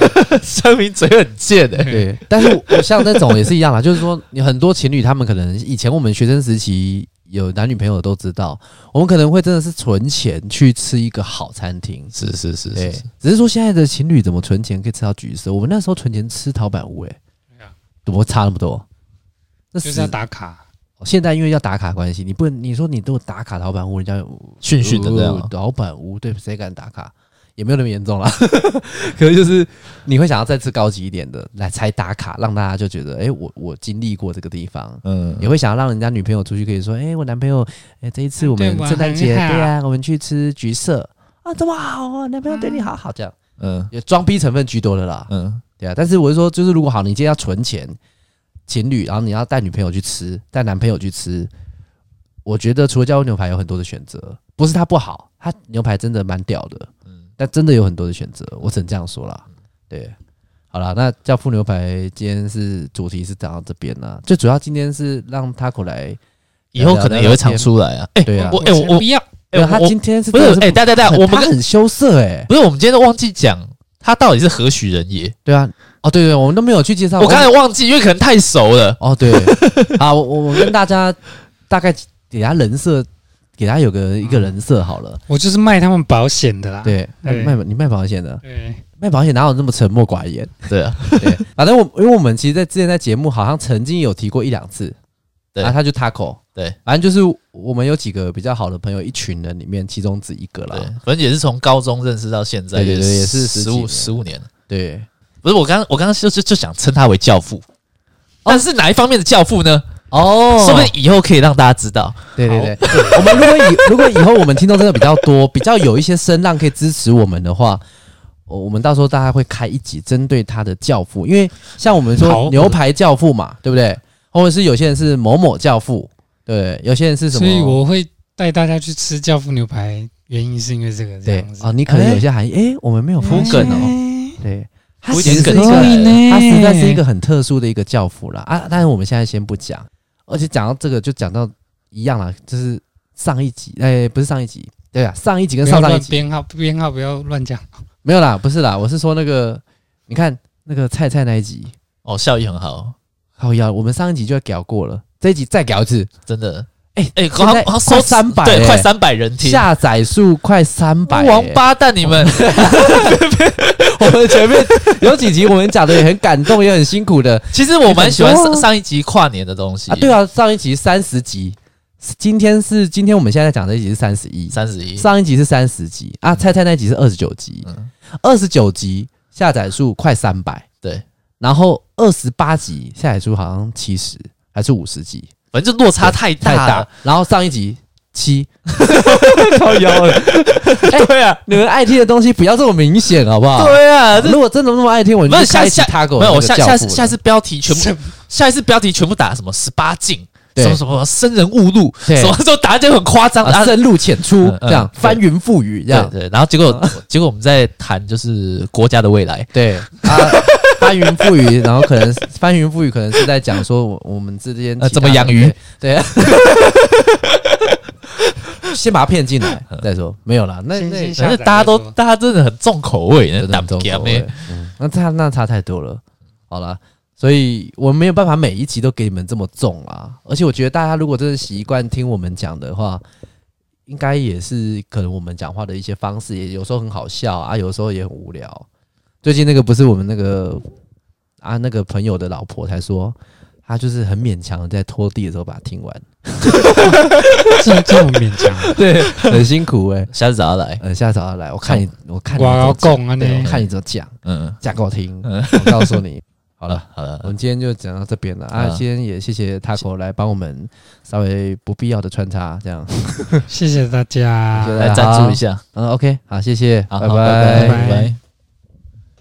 Speaker 1: 香明嘴很贱哎、欸，
Speaker 2: 对，但是我像那种也是一样啦，就是说，你很多情侣他们可能以前我们学生时期有男女朋友都知道，我们可能会真的是存钱去吃一个好餐厅。
Speaker 1: 是是是
Speaker 2: 对
Speaker 1: 是是，，
Speaker 2: 只是说现在的情侣怎么存钱可以吃到橘色？我们那时候存钱吃陶板屋、欸，
Speaker 3: 对啊
Speaker 2: 怎么会差那么多？？”那
Speaker 3: 就是要打卡，
Speaker 2: 哦现在因为要打卡关系，你不能你说你都打卡老板屋，人家有
Speaker 1: 训训的这样啊
Speaker 2: 哦老板屋对谁敢打卡？也没有那么严重啦， 可能就是你会想要再次高级一点的来才打卡，让大家就觉得，哎、我我经历过这个地方，
Speaker 1: 嗯，
Speaker 2: 也会想要让人家女朋友出去可以说，哎、我男朋友，哎、这一次我们
Speaker 3: 对我
Speaker 2: 圣诞节，
Speaker 3: 很好
Speaker 2: 对啊，我们去吃橘色啊，这么好哦，男朋友对你好好这样，
Speaker 1: 嗯
Speaker 2: 也装逼成分居多的啦，
Speaker 1: 嗯，
Speaker 2: 对啊，但是我是说，就是如果好，你今天要存钱，情侣，然后你要带女朋友去吃，带男朋友去吃，我觉得除了加州牛排有很多的选择，不是它不好，它牛排真的蛮屌的，嗯，但真的有很多的选择，我只能这样说啦。对，好啦，那教父牛排今天是主题是讲到这边啦，最主要今天是让 Taco 来，
Speaker 1: 以后可能也会常出来啊。哎、
Speaker 2: 对啊
Speaker 1: 我哎、我
Speaker 3: 不要
Speaker 1: 哎、
Speaker 2: 对啊他
Speaker 1: 我
Speaker 2: 今天是
Speaker 1: 不是
Speaker 2: 真的
Speaker 1: 哎，大家大家，
Speaker 2: 很
Speaker 1: 我们
Speaker 2: 他
Speaker 1: 跟
Speaker 2: 很羞涩哎、
Speaker 1: 不是我们今天都忘记讲他到底是何许人也，
Speaker 2: 对啊，哦对对，啊我们都没有去介绍，
Speaker 1: 我刚才忘记，因为可能太熟了。
Speaker 2: 哦，对，啊，我我我跟大家大概给他人设，给他有个一个人设好了。
Speaker 3: 我就是卖他们保险的啦。
Speaker 2: 对，那
Speaker 3: 嗯对
Speaker 2: 卖你卖保险的，
Speaker 3: 对，
Speaker 2: 卖保险哪有那么沉默寡言？
Speaker 1: 对啊，
Speaker 2: 对，反正我因为我们其实，在之前在节目好像曾经有提过一两次，
Speaker 1: 对
Speaker 2: 然后他就 taco，
Speaker 1: 对，啊
Speaker 2: 反正就是我们有几个比较好的朋友，一群人里面其中只一个
Speaker 1: 对
Speaker 2: 啦，，
Speaker 1: 反正也是从高中认识到现在，
Speaker 2: 对对对也是十
Speaker 1: 十
Speaker 2: 几
Speaker 1: 五
Speaker 2: 年
Speaker 1: 十五年。
Speaker 2: 对，
Speaker 1: 不是我刚我刚刚就就就想称他为教父，但是哪一方面的教父呢？
Speaker 2: 哦
Speaker 1: 说不定以后可以让大家知道。
Speaker 2: 对对对， 我们如果以如果以后我们听众真的比较多， 比较有一些声浪可以支持我们的话，我我们到时候大概会开一集针对他的教父，因为像我们说
Speaker 3: 好
Speaker 2: 牛排教父嘛，对不对？或者是有些人是某某教父，对，有些人是什么？
Speaker 3: 所以我会带大家去吃教父牛排，原因是因为这个这
Speaker 2: 对
Speaker 3: 样子。
Speaker 2: 啊，你可能
Speaker 1: 哎
Speaker 2: 有一些含义，诶，我们没有铺梗哦，
Speaker 3: 哦，
Speaker 2: 对，他
Speaker 1: 铺一
Speaker 2: 其
Speaker 1: 点
Speaker 2: 实是
Speaker 1: 梗
Speaker 2: 一个
Speaker 1: 出来了
Speaker 2: 他实在是一个很特殊的一个教父啦啊！但是我们现在先不讲，而且讲到这个就讲到一样啦，就是上一集，哎、不是上一集，对啊，上一集跟
Speaker 3: 不
Speaker 2: 上
Speaker 3: 要
Speaker 2: 上一
Speaker 3: 乱
Speaker 2: 集
Speaker 3: 编号，编号不要乱讲。
Speaker 2: 没有啦，不是啦，我是说那个，你看那个菜菜那一集，
Speaker 1: 哦，效益很好，
Speaker 2: 好呀，我们上一集就聊过了，这一集再聊一次，
Speaker 1: 真的。
Speaker 2: 哎
Speaker 1: 哎，
Speaker 2: 现在
Speaker 1: 好
Speaker 2: 快
Speaker 1: 收
Speaker 2: 300
Speaker 1: 对，
Speaker 2: 欸
Speaker 1: 快三百人听，
Speaker 2: 下载数快三百、
Speaker 1: 王八蛋你 们！
Speaker 2: 我们前面有几集我们讲的也很感动，也很辛苦的
Speaker 1: 其实我蛮喜欢
Speaker 2: 很多
Speaker 1: 上
Speaker 2: 啊
Speaker 1: 上一集跨年的东西
Speaker 2: 啊，对，啊，上一集三十集，今天是今天我们现在讲的一集是三十一，
Speaker 1: 三十一，
Speaker 2: 上一集是三十集啊，菜菜那一集是二十九集
Speaker 1: 嗯，
Speaker 2: 二十九集下载数快三百，
Speaker 1: 对，
Speaker 2: 然后二十八集下载数好像七十还是五十集，
Speaker 1: 反正就落差太
Speaker 2: 太
Speaker 1: 大
Speaker 2: 大
Speaker 1: 了。。
Speaker 2: 然后上一集 七，超妖了。
Speaker 1: 对啊，
Speaker 2: 你们爱听的东西不要这么明显好不好？
Speaker 1: 对啊，这
Speaker 2: 如果真的那么爱听，我
Speaker 1: 不
Speaker 2: 就是开
Speaker 1: 下
Speaker 2: 启
Speaker 1: 下
Speaker 2: 他给我
Speaker 1: 没有，
Speaker 2: 那
Speaker 1: 我
Speaker 2: 个
Speaker 1: 下
Speaker 2: 教
Speaker 1: 下
Speaker 2: 父
Speaker 1: 次
Speaker 2: 了
Speaker 1: 下次标题全部，下一次标题全部打什么十八禁，
Speaker 2: 对
Speaker 1: 什么什么生人勿入，
Speaker 2: 对
Speaker 1: 什么都打就很夸张
Speaker 2: 啊
Speaker 1: 啊。
Speaker 2: 深入浅出
Speaker 1: 嗯，嗯
Speaker 2: 这样
Speaker 1: 对
Speaker 2: 翻云覆雨这
Speaker 1: 对
Speaker 2: 样。
Speaker 1: 对，然后结 果结果我们在谈就是国家的未来，
Speaker 2: 对 啊，翻云覆雨，然后可能翻云覆雨，可能是在讲说我我们之间
Speaker 1: 呃
Speaker 2: 其他
Speaker 1: 怎么养
Speaker 2: 的
Speaker 1: 鱼，
Speaker 2: 对，啊 先把他骗进来
Speaker 1: 嗯
Speaker 2: 再说，没有啦，那
Speaker 3: 先
Speaker 2: 那
Speaker 3: 先
Speaker 1: 反
Speaker 3: 下载
Speaker 1: 正哎大家都
Speaker 3: 再说
Speaker 1: 大家真的很重口味，
Speaker 2: 真的很重
Speaker 1: 打
Speaker 2: 口
Speaker 1: 不赢
Speaker 2: 味
Speaker 1: 欸，
Speaker 2: 嗯那差那差太多了，好啦。所以我没有办法每一集都给你们这么重啦，而且我觉得大家如果真的习惯听我们讲的话，应该也是可能我们讲话的一些方式，也有时候很好笑啊，有时候也很无聊。最近那个不是我们那个啊那个朋友的老婆才说，她就是很勉强地在拖地的时候把它听 完，
Speaker 3: 这这么勉强，
Speaker 2: 对，很辛苦哎、
Speaker 1: 下次找他来，
Speaker 2: 呃，下次要来，我看你，我看你
Speaker 3: 我要
Speaker 2: 怎么讲，
Speaker 3: 讲啊
Speaker 2: 对我
Speaker 3: 呢。
Speaker 2: 看你怎么讲，
Speaker 1: 嗯，
Speaker 2: 讲给我听，
Speaker 1: 嗯
Speaker 2: 我告诉你。好
Speaker 1: 好
Speaker 2: 了，
Speaker 1: 了好
Speaker 2: 我
Speaker 1: 了，
Speaker 2: 们今天就讲到这边了啊！
Speaker 1: 嗯
Speaker 2: 今天也谢谢 Taco 来帮我们稍微不必要的穿插，这样，
Speaker 3: 谢谢大家，
Speaker 2: 谢谢大家
Speaker 1: 来赞助一下，
Speaker 2: 嗯，OK，好，谢谢，
Speaker 1: 好，
Speaker 2: 拜
Speaker 1: 好
Speaker 3: 拜
Speaker 1: 拜
Speaker 3: 拜
Speaker 1: 拜。